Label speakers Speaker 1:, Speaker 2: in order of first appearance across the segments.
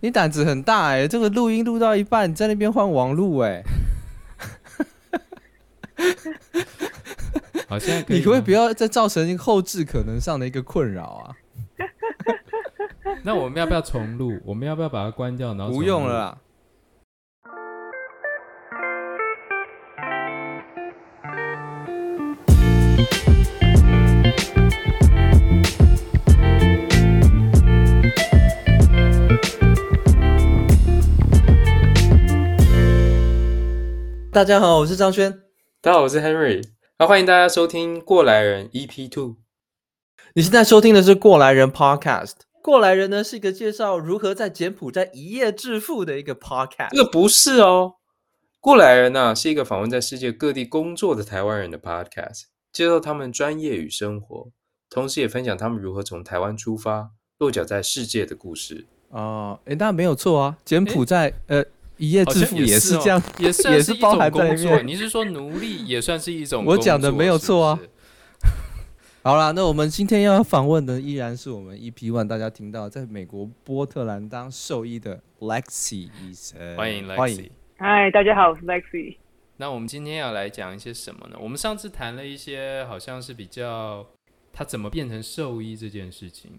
Speaker 1: 你胆子很大哎、这个录音录到一半，你在那边换网路哎、
Speaker 2: 好，现在可以
Speaker 1: 你会
Speaker 2: 吗
Speaker 1: 不要再造成后置可能上的一个困扰 啊？
Speaker 2: 那我们要不要重录？我们要不要把它关掉？然后
Speaker 1: 不
Speaker 2: 重
Speaker 1: 用
Speaker 2: 录
Speaker 1: 了。啦。大家好，我是张轩。
Speaker 3: 大家好，我是 Henry，那、欢迎大家收听《过来人》EP Two。
Speaker 1: 你现在收听的是《过来人》Podcast。过来人呢是一个介绍如何在柬埔寨一夜致富的一个 Podcast。
Speaker 3: 这个不是哦，《过来人、呐是一个访问在世界各地工作的台湾人的 podcast，介绍他们专业与生活，同时也分享他们如何从台湾出发，落脚在世界的故事。
Speaker 1: 哦，哎，那没有错啊，柬埔寨、呃一夜
Speaker 2: 好
Speaker 1: 致
Speaker 2: 像
Speaker 1: 富
Speaker 2: 也
Speaker 1: 是
Speaker 2: 哦
Speaker 1: 这样，
Speaker 2: 也算
Speaker 1: 也
Speaker 2: 是
Speaker 1: 是
Speaker 2: 一
Speaker 1: 包
Speaker 2: 种
Speaker 1: 含在
Speaker 2: 工
Speaker 1: 里
Speaker 2: 作
Speaker 1: 面
Speaker 2: 你是说奴隶也算是一种
Speaker 1: 我
Speaker 2: 工
Speaker 1: 讲的
Speaker 2: 作
Speaker 1: 没有
Speaker 2: 是不
Speaker 1: 错啊
Speaker 2: 是
Speaker 1: 好啦，那我们今天要访问的依然是我们 EP One 大家听到在美国波特兰当兽医的 Lexi 医生，
Speaker 2: 欢迎 Lexi。
Speaker 1: 欢迎。
Speaker 4: 嗨，大家好，我是 Lexi。
Speaker 2: 那我们今天要来讲一些什么呢？我们上次谈了一些好像是比较他怎么变成兽医这件事情，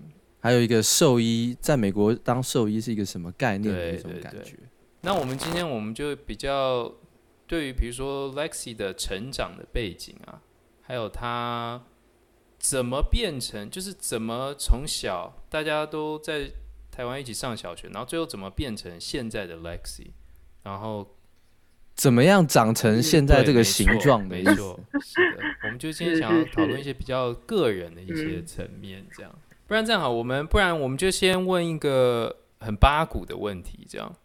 Speaker 1: 还有一个兽医在美国当兽医是一个什么概念的
Speaker 2: 对
Speaker 1: 一种
Speaker 2: 对
Speaker 1: 感
Speaker 2: 对
Speaker 1: 觉？
Speaker 2: 那我们今天我们就比较对于比如说 Lexi 的成长的背景啊，还有他怎么变成，就是怎么从小大家都在台湾一起上小学，然后最后怎么变成现在的 Lexi，然后
Speaker 1: 怎么样长成现在
Speaker 2: 对
Speaker 1: 这个
Speaker 2: 没
Speaker 1: 形
Speaker 2: 错
Speaker 1: 状的
Speaker 2: 没
Speaker 1: 意思？
Speaker 2: 错，是的。我们就今天想要讨论一些比较个人的一
Speaker 4: 嗯
Speaker 2: 些层面，这样。不然这样好，我们不然我们就先问一个很八股的问题，这样。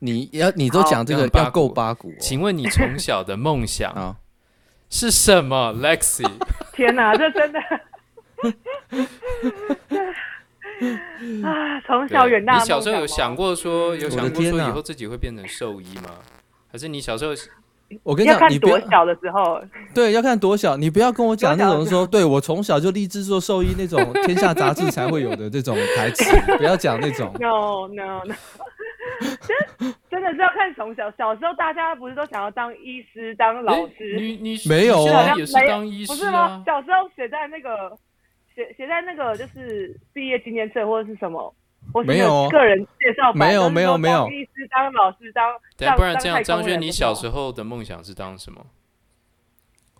Speaker 1: 你要你都
Speaker 4: 好
Speaker 1: 讲这
Speaker 2: 要
Speaker 1: 个
Speaker 2: 很八
Speaker 1: 要够
Speaker 2: 股
Speaker 1: 八股哦
Speaker 2: 请问你从小的梦想
Speaker 1: 啊、
Speaker 2: 是什么，Lexi？
Speaker 4: 天哪，这真的啊，从小远大。
Speaker 2: 你小时候有想？过说，有
Speaker 1: 我的
Speaker 2: 想过
Speaker 1: 天
Speaker 2: 说
Speaker 1: 哪
Speaker 2: 以后自己会变成兽医吗？还是你小时候
Speaker 1: 我跟你
Speaker 4: 要
Speaker 1: 讲，
Speaker 4: 看
Speaker 1: 你不
Speaker 4: 多
Speaker 1: 要
Speaker 4: 小的时候，
Speaker 1: 对要看多小，你不要跟我讲
Speaker 4: 多
Speaker 1: 那
Speaker 4: 小
Speaker 1: 种说，对我从小就立志做兽医那种天下杂志才会有的这种台 词，不要讲那种。
Speaker 4: No no no，真真的是要看从小。小时候大家不是都想要当医师、当老
Speaker 2: 诶
Speaker 4: 师，
Speaker 2: 你你
Speaker 1: 没有哦
Speaker 2: 你现在
Speaker 4: 好像
Speaker 2: 也是
Speaker 4: 没有
Speaker 2: 当医
Speaker 4: 不
Speaker 2: 师
Speaker 4: 是吗
Speaker 2: 啊？？
Speaker 4: 小时候写在那个写写在那个就是毕业纪念册或者是什么。或是
Speaker 1: 没有哦
Speaker 4: 个人介绍版，
Speaker 1: 没有
Speaker 4: 都是
Speaker 1: 没有
Speaker 4: 说
Speaker 1: 没有
Speaker 4: 当医师当老师当，
Speaker 2: 对，
Speaker 4: 当
Speaker 2: 不然这样，
Speaker 4: 当太空
Speaker 2: 张轩，
Speaker 4: 人
Speaker 2: 你
Speaker 4: 不是
Speaker 2: 小
Speaker 4: 吗
Speaker 2: 时候的梦想是当什么？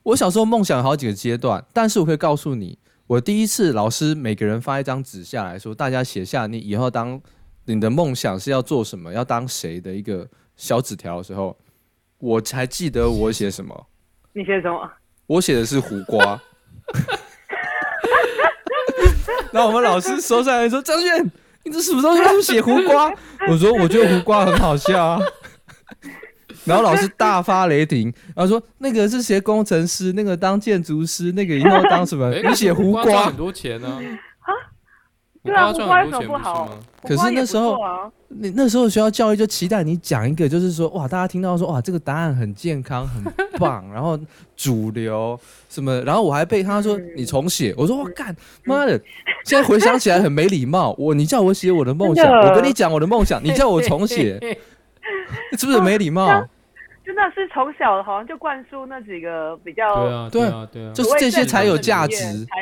Speaker 1: 我小时候梦想有好几个阶段，但是我可以告诉你，我第一次老师每个人发一张纸下来说，大家写下你以后当你的梦想是要做什么，要当谁的一个小纸条的时候，我才记得我写什么，
Speaker 4: 你写什么？
Speaker 1: 我写的是胡瓜。 然后我们老师收下来说：“张炫，你这什么东西？为什么写胡瓜？”我说：“我觉得胡瓜很好笑啊。”然后老师大发雷霆，然后说：“那个是写工程师，那个当建筑师，那个以后当什么？
Speaker 2: 诶
Speaker 1: 你写
Speaker 2: 哎胡
Speaker 1: 胡
Speaker 2: 赚
Speaker 1: 瓜
Speaker 2: 很。多钱呢？胡
Speaker 4: 啊对啊
Speaker 2: 瓜赚很
Speaker 4: 胡瓜有什
Speaker 2: 多
Speaker 4: 么
Speaker 2: 钱
Speaker 4: 不好
Speaker 2: 是吗？
Speaker 1: 可是那时候
Speaker 4: 我妈也不错啊，
Speaker 1: 你那时候学校教育就期待你讲一个，就是说哇，大家听到说哇，这个答案很健康， 很棒，然后主流什么，然后我还被他说
Speaker 4: 嗯
Speaker 1: 你重写，我说我干妈的，现在回想起来很没礼貌。我你叫我写我的梦想，
Speaker 4: 真的
Speaker 1: 我跟你讲我的梦想，你叫我重写，是不是很没礼
Speaker 4: 哦
Speaker 1: 貌？
Speaker 4: 真的是从小好像就灌输那几个比较
Speaker 2: 对啊，
Speaker 1: 对
Speaker 2: 对啊，对啊，
Speaker 1: 就是这些才有价值。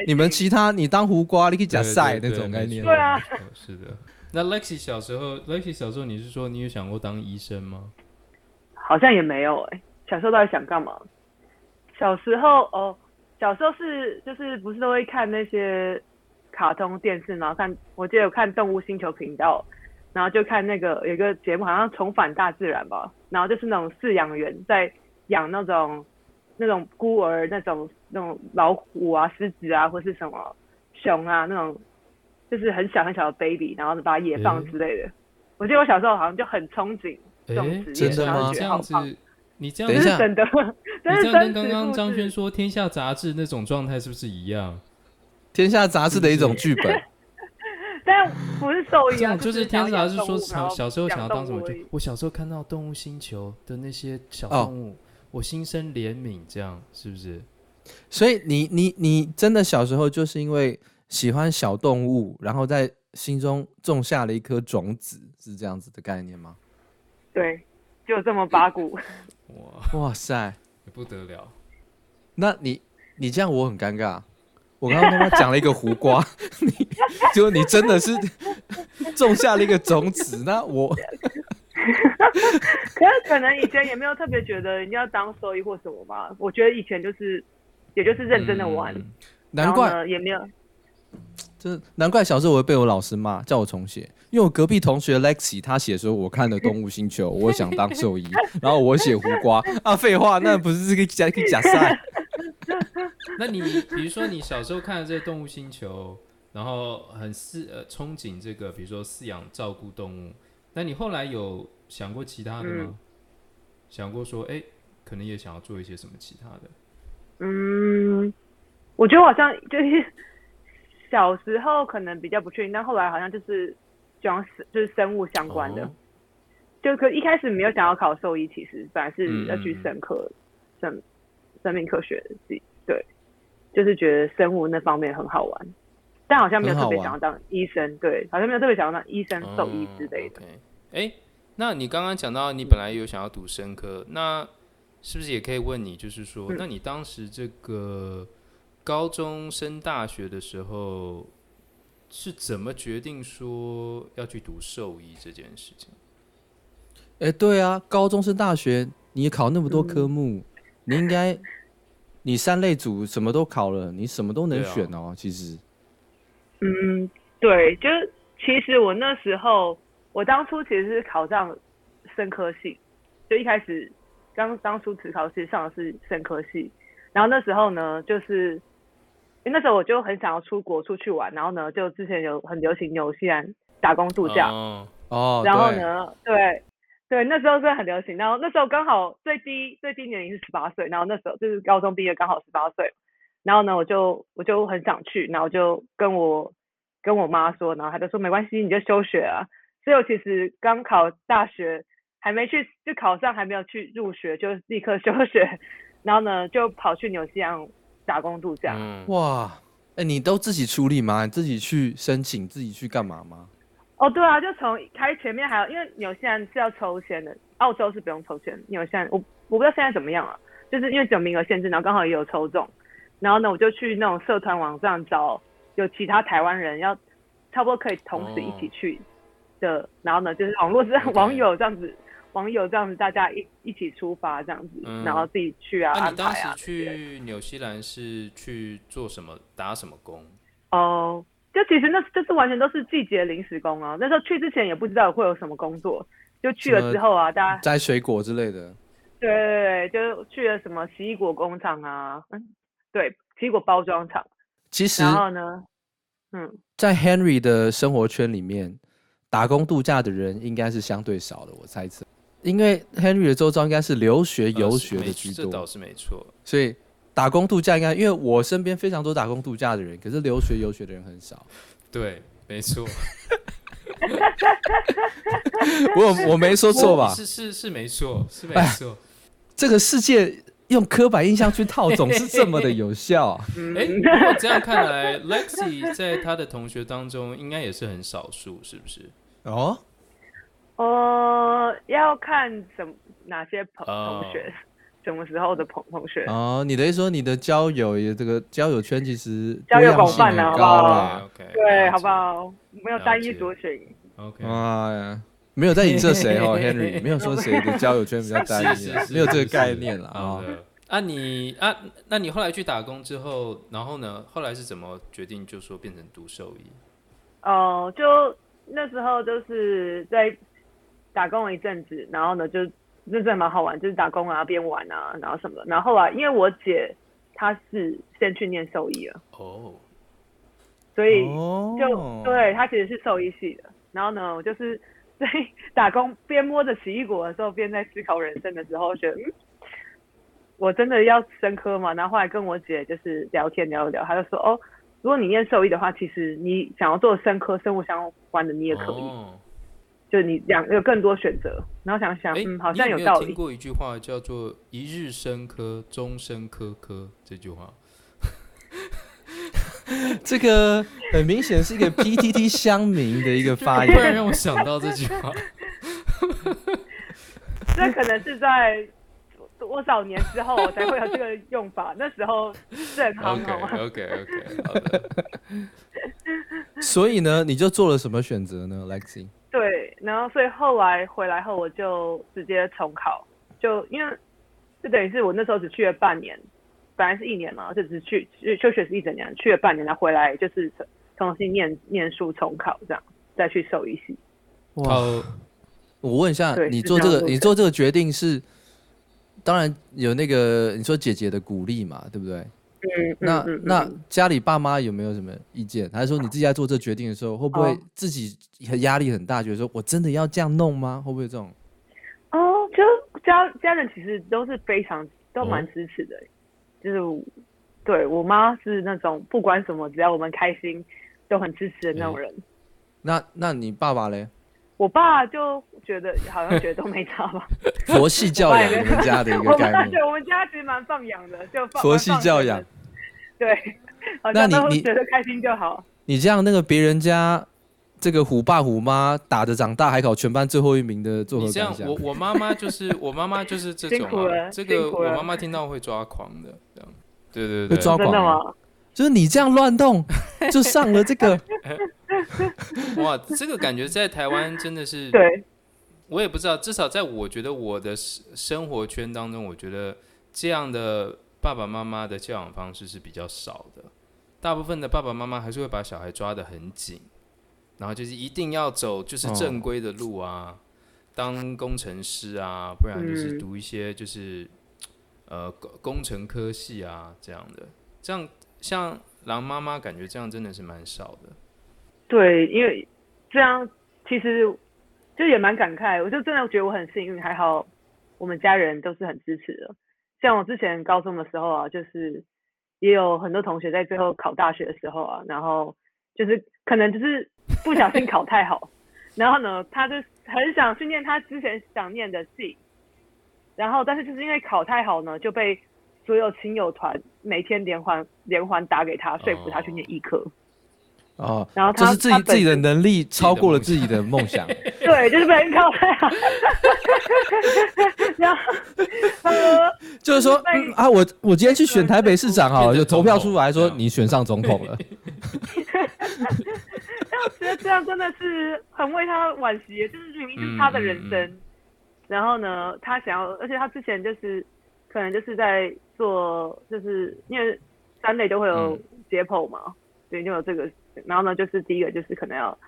Speaker 1: 你们其他你当胡瓜，你可以讲晒那种概念。
Speaker 4: 对啊，
Speaker 2: 没错是的。那 Lexi 小时候，Lexi 小时候，你是说你有想过当医生吗？
Speaker 4: 好像也没有哎、小时候到底想干嘛？小时候哦，小时候是就是不是都会看那些卡通电视，然后看我记得有看动物星球频道，然后就看那个有一个节目好像重返大自然吧，然后就是那种饲养员在养那种那种孤儿那种那种老虎啊、狮子啊或是什么熊啊那种，就是很小很小的 baby，然后把它野放
Speaker 2: 诶
Speaker 4: 之类的。我记得我小时候好像就很憧憬。
Speaker 2: 哎
Speaker 4: 种职，业
Speaker 2: 真的
Speaker 1: 然后觉
Speaker 2: 吗？这
Speaker 4: 得
Speaker 2: 样
Speaker 4: 好
Speaker 2: 子
Speaker 4: 棒，
Speaker 2: 你这样
Speaker 1: 等一
Speaker 4: 这
Speaker 2: 子，
Speaker 4: 是
Speaker 1: 下
Speaker 4: 真的，
Speaker 2: 你这
Speaker 4: 这是
Speaker 2: 样跟刚
Speaker 4: 真实
Speaker 2: 刚
Speaker 4: 故
Speaker 2: 张
Speaker 4: 事
Speaker 2: 轩说《天下》杂志那种状态是不是一样？
Speaker 1: 天下杂志的一种剧本。
Speaker 4: 但不是兽医、啊，
Speaker 2: 这样就是天
Speaker 4: 想
Speaker 2: 使
Speaker 4: 要
Speaker 2: 还
Speaker 4: 养
Speaker 2: 是
Speaker 4: 动
Speaker 2: 说
Speaker 4: 物然
Speaker 2: 小
Speaker 4: 后
Speaker 2: 小时候想
Speaker 4: 养
Speaker 2: 要
Speaker 4: 动
Speaker 2: 当什么
Speaker 4: 物
Speaker 2: 就
Speaker 4: 而已
Speaker 2: 我小时候看到《动物星球》的那些小
Speaker 1: 哦
Speaker 2: 动物，我心生怜悯，这样是不是？
Speaker 1: 所以你你你真的小时候就是因为喜欢小动物，然后在心中种下了一颗种子，是这样子的概念吗？
Speaker 4: 对，就这么 八股。
Speaker 2: 哇，
Speaker 1: 哇塞，
Speaker 2: 也不得了，
Speaker 1: 那你你这样我很尴尬。我刚刚他妈讲了一个胡瓜， 你就你真的是种下了一个种子，那我
Speaker 4: 可是可能以前也没有特别觉得一定要当兽医或什么吧。我觉得以前就是，也就是认真的玩，
Speaker 2: 嗯
Speaker 4: 然
Speaker 1: 难
Speaker 4: 后
Speaker 1: 怪
Speaker 4: 呢也没有。
Speaker 1: 这难怪小时候我会被我老师骂，叫我重写，因为我隔壁同学 Lexi 他写说我看了《动物星球》，我想当兽医，然后我写胡瓜啊，废话，那不是这个假个假赛，
Speaker 2: 那你比如说你小时候看的这个《动物星球》，然后很饲呃憧憬这个，比如说饲养照顾动物，那你后来有想过其他的吗？想过说，哎、可能也想要做一些什么其他的？
Speaker 4: 嗯，我觉得我好像就是 小时候可能比较不确定，但后来好像就是 讲就是生物相关的，
Speaker 2: 哦
Speaker 4: 就可一开始没有想要考兽医，其实本来是
Speaker 2: 嗯
Speaker 4: 要去生科、生生命科学系，对，就是觉得生物那方面很好玩，但好像没有特别
Speaker 1: 很好玩
Speaker 4: 想要当医生，对，好像没有特别想要当医生、兽医之类的。
Speaker 2: 的。哎、诶那你刚刚讲到你本来有想要读生科，那是不是也可以问你，就是说，
Speaker 4: 嗯
Speaker 2: 那你当时这个高中升大学的时候，是怎么决定说要去读兽医这件事情？
Speaker 1: 哎、对啊，高中升大学，你考那么多科目，你应该，你三类组什么都考了，你什么都能
Speaker 2: 对啊
Speaker 1: 选哦。其实，
Speaker 4: 嗯，对，就是其实我那时候，我当初其实是考上生科系，就一开始刚当初只考是上的是生科系，然后那时候呢，就是因为那时候我就很想要出国出去玩，然后呢，就之前有很流行纽西兰打工度假，
Speaker 2: 哦
Speaker 1: 哦，
Speaker 4: 然后
Speaker 1: 对？
Speaker 4: 呢，对对，那时候真的很流行。然后那时候刚好最低最低年龄是十八岁，然后那时候就是高中毕业刚好十八岁。然后呢，我就我就很想去，然后就跟我跟我妈说，然后她就说没关系，你就休学啊。所以我其实刚考大学还没去，就考上还没有去入学，就立刻 休学。然后呢，就跑去纽西兰打工度假。
Speaker 2: 嗯，
Speaker 1: 哇，哎、你都自己处理吗？你自己去申请，自己去干嘛吗？
Speaker 4: 哦，对啊，就从开前面还有，因为纽西兰是要抽签的，澳洲是不用抽签，纽西兰我我不知道现在怎么样啊，就是因为只有名额限制，然后刚好也有抽中，然后呢，我就去那种社团网站找有其他台湾人要差不多可以同时一起
Speaker 2: 哦
Speaker 4: 去的，然后呢，就是网络上
Speaker 2: OK
Speaker 4: 网友这样子，网友这样子，大家一一起出发这样子，
Speaker 2: 嗯
Speaker 4: 然后自己去啊，
Speaker 2: 那、
Speaker 4: 安
Speaker 2: 你
Speaker 4: 排
Speaker 2: 当时
Speaker 4: 啊。
Speaker 2: 去纽西兰是去做什么？打什么工？
Speaker 4: 哦，就其实那就是完全都是季节临时工啊，那时候去之前也不知道会有什么工作，就去
Speaker 1: 什么
Speaker 4: 了之后啊，大家。
Speaker 1: 摘水果之类的。
Speaker 4: 对对对，就去了什么奇异果工厂啊，嗯，对，奇异果包装厂。
Speaker 1: 其实，
Speaker 4: 然后呢，嗯，
Speaker 1: 在 Henry 的生活圈里面，打工度假的人应该是相对少的，我猜测。因为 Henry 的周遭应该是留学、
Speaker 2: 呃
Speaker 1: 游
Speaker 2: 是
Speaker 1: 学
Speaker 2: 没
Speaker 1: 的居
Speaker 2: 这倒
Speaker 1: 多，
Speaker 2: 是没错。
Speaker 1: 所以打工度假应该，因为我身边非常多打工度假的人，可是留学、游学的人很 少。
Speaker 2: 对，没错。
Speaker 1: 我有我没说错吧？
Speaker 2: 是是是没错，是没
Speaker 1: 哎
Speaker 2: 错。
Speaker 1: 这个世界用刻板印象去套，总是这么的有效 啊、
Speaker 4: 嗯
Speaker 2: 哎，如果这样看来，Lexi 在他的同学当中应该也是很少数，是不是？
Speaker 1: 哦，
Speaker 4: 呃，要看什么哪些朋
Speaker 2: 哦
Speaker 4: 同学， 什么时候的朋同学。
Speaker 1: 哦，你的意思说你的交友也这个交友圈其实
Speaker 4: 交
Speaker 1: 多
Speaker 4: 友
Speaker 1: 样
Speaker 4: 广
Speaker 1: 性
Speaker 4: 泛
Speaker 1: 很
Speaker 4: 啊
Speaker 1: 高
Speaker 4: 好不
Speaker 1: 啦
Speaker 4: 好，
Speaker 2: OK，
Speaker 4: 对，好不好？没有
Speaker 2: 了
Speaker 4: 单一
Speaker 2: 解
Speaker 4: 族群。
Speaker 2: ？OK，
Speaker 1: 哎
Speaker 2: 啊
Speaker 1: 呀，没有在影射谁 哦，Henry，没有说谁的交友圈比较单
Speaker 2: 是
Speaker 1: 一
Speaker 2: 是
Speaker 1: 啊，
Speaker 2: 是
Speaker 1: 没有这个
Speaker 2: 是
Speaker 1: 概念了
Speaker 2: 好
Speaker 1: 啊。
Speaker 2: 的。啊你啊，那你后来去打工之后，然后呢？后来是怎么决定就说变成读兽医？
Speaker 4: 哦、就那时候就是在打工了一阵子，然后呢，就那阵蛮好玩，就是打工啊，边玩啊，然后什么的。然后后来因为我姐她是先去念兽医了，
Speaker 2: 哦，
Speaker 4: 所以
Speaker 1: 哦
Speaker 4: 就、对她其实是兽医系的。然后呢，我就是在 打工边摸着奇异果的时候，边在思考人生的时候，觉得嗯。我真的要生科嘛？然后后来跟我姐就是聊天聊一聊，她就说哦，如果你念兽医的话，其实你想要做生科、生物相关的，你也可以。
Speaker 2: 哦
Speaker 4: 就你两有更多选择，然后想想，
Speaker 2: 哎，
Speaker 4: 嗯，好
Speaker 2: 你
Speaker 4: 像
Speaker 2: 有没
Speaker 4: 道
Speaker 2: 听
Speaker 4: 理。
Speaker 2: 过一句话叫做“一日生科，终身科科”这句话。
Speaker 1: 这个很明显是一个 PTT 乡民的一个发
Speaker 2: 突然
Speaker 1: 言。
Speaker 2: 让我想到这句话，
Speaker 4: 这可能是在多少年之后才会有这个用法，那时候是很 好
Speaker 2: OK
Speaker 4: 好吗？
Speaker 2: OK OK，好的。
Speaker 1: 所以呢，你就做了什么选择呢，Lexi？
Speaker 4: 对，然后所以后来回来后，我就直接重考，就因为就等于是我那时候只去了半年，本来是一年嘛，就只去就休学是一整年，去了半年，然后回来就是重重新念念书重考这样，再去兽医系。
Speaker 1: 哇，
Speaker 2: 哦，
Speaker 1: 我问一下，
Speaker 4: 对
Speaker 1: 你
Speaker 4: 是
Speaker 1: 做
Speaker 4: 这
Speaker 1: 这
Speaker 4: 样
Speaker 1: 个
Speaker 4: 做
Speaker 1: 你
Speaker 4: 的
Speaker 1: 做这个决定是，当然有那个你说姐姐的鼓励嘛，对不对？
Speaker 4: 嗯，
Speaker 1: 那
Speaker 4: 嗯嗯
Speaker 1: 那
Speaker 4: 嗯
Speaker 1: 家里爸妈有没有什么意见？还是说你自己在做这决定的时候，会不会
Speaker 4: 哦
Speaker 1: 自己很压力很大，觉得说我真的要这样弄吗？会不会这种？
Speaker 4: 哦，就家家人其实都是非常都蛮
Speaker 2: 哦
Speaker 4: 支持的，就是对我妈是那种不管什么，只要我们开心都很支持的那种
Speaker 1: 嗯
Speaker 4: 人。
Speaker 1: 那那你爸爸 嘞？
Speaker 4: 我爸就觉得好像觉得都没差吧，
Speaker 1: 佛系教养你们家的一
Speaker 4: 我
Speaker 1: 个
Speaker 4: 们
Speaker 1: 概
Speaker 4: 大学
Speaker 1: 念。
Speaker 4: 哦我们家其实蛮放养的，就放
Speaker 1: 佛系教养。
Speaker 4: 对，好
Speaker 1: 那
Speaker 4: 像
Speaker 1: 你
Speaker 4: 都
Speaker 1: 你
Speaker 4: 觉得开心就好。
Speaker 1: 你这样那个别人家这个虎爸虎妈打着长大，还考全班最后一名的作
Speaker 2: 你
Speaker 1: 何
Speaker 2: 这样
Speaker 1: 感，想
Speaker 2: 我？我妈 妈就是我妈妈就是这
Speaker 4: 辛
Speaker 2: 种
Speaker 4: 苦
Speaker 2: 啊，
Speaker 4: 了
Speaker 2: 这
Speaker 4: 辛
Speaker 2: 个
Speaker 4: 苦
Speaker 2: 我
Speaker 4: 了
Speaker 2: 妈妈听到会抓狂的，这样，对对对，
Speaker 1: 会抓
Speaker 4: 真的
Speaker 1: 广
Speaker 4: 吗？
Speaker 1: 就是你这样乱 动，就上了这个。
Speaker 2: 哇，这个感觉在台湾真的是，
Speaker 4: 对，
Speaker 2: 我也不知道，至少在我觉得我的生生活圈当中，我觉得这样的爸爸妈妈的教养方式是比较少的。大部分的爸爸妈妈还是会把小孩抓得很紧，然后就是一定要走就是
Speaker 1: 哦
Speaker 2: 正规的路啊，当工程师啊，不然就是
Speaker 4: 嗯
Speaker 2: 读一些就是、呃工工程科系啊这样的。这样像狼妈妈感觉这样真的是蛮少的。
Speaker 4: 对，因为这样其实就也蛮感慨，我就真的觉得我很幸运，还好我们家人都是很支持的。像我之前高中的时候啊，就是也有很多同学在最后考大学的时候啊，然后就是可能就是不小心考太好，然后呢，他就很想去念他之前想念的系，然后但是就是因为考太好呢，就被所有亲友团每天连环连环打给他，说服他去念医科。
Speaker 1: 哦，
Speaker 4: 然后他
Speaker 1: 就是自
Speaker 4: 他
Speaker 1: 己
Speaker 4: 本
Speaker 1: 自己的
Speaker 4: 身
Speaker 1: 能力超过了
Speaker 2: 自
Speaker 1: 自己的梦 想，
Speaker 4: 对，就是被人靠太好。 然后呃他说，
Speaker 1: 就是说、嗯、啊，我我今天去选台北市长好了，
Speaker 2: 变
Speaker 1: 就
Speaker 2: 成
Speaker 1: 投
Speaker 2: 总统
Speaker 1: 票出来说
Speaker 2: 这样
Speaker 1: 你选上总统 了。
Speaker 4: 但我觉得这样真的是很为他惋惜，就是明明就是他的人生，
Speaker 2: 嗯
Speaker 4: 然后呢，他想要，而且他之前就是可能就是在做，就是因为三类都会有
Speaker 2: 嗯
Speaker 4: 解剖嘛，所以就有这个。然后呢，就是第一个就是可能要，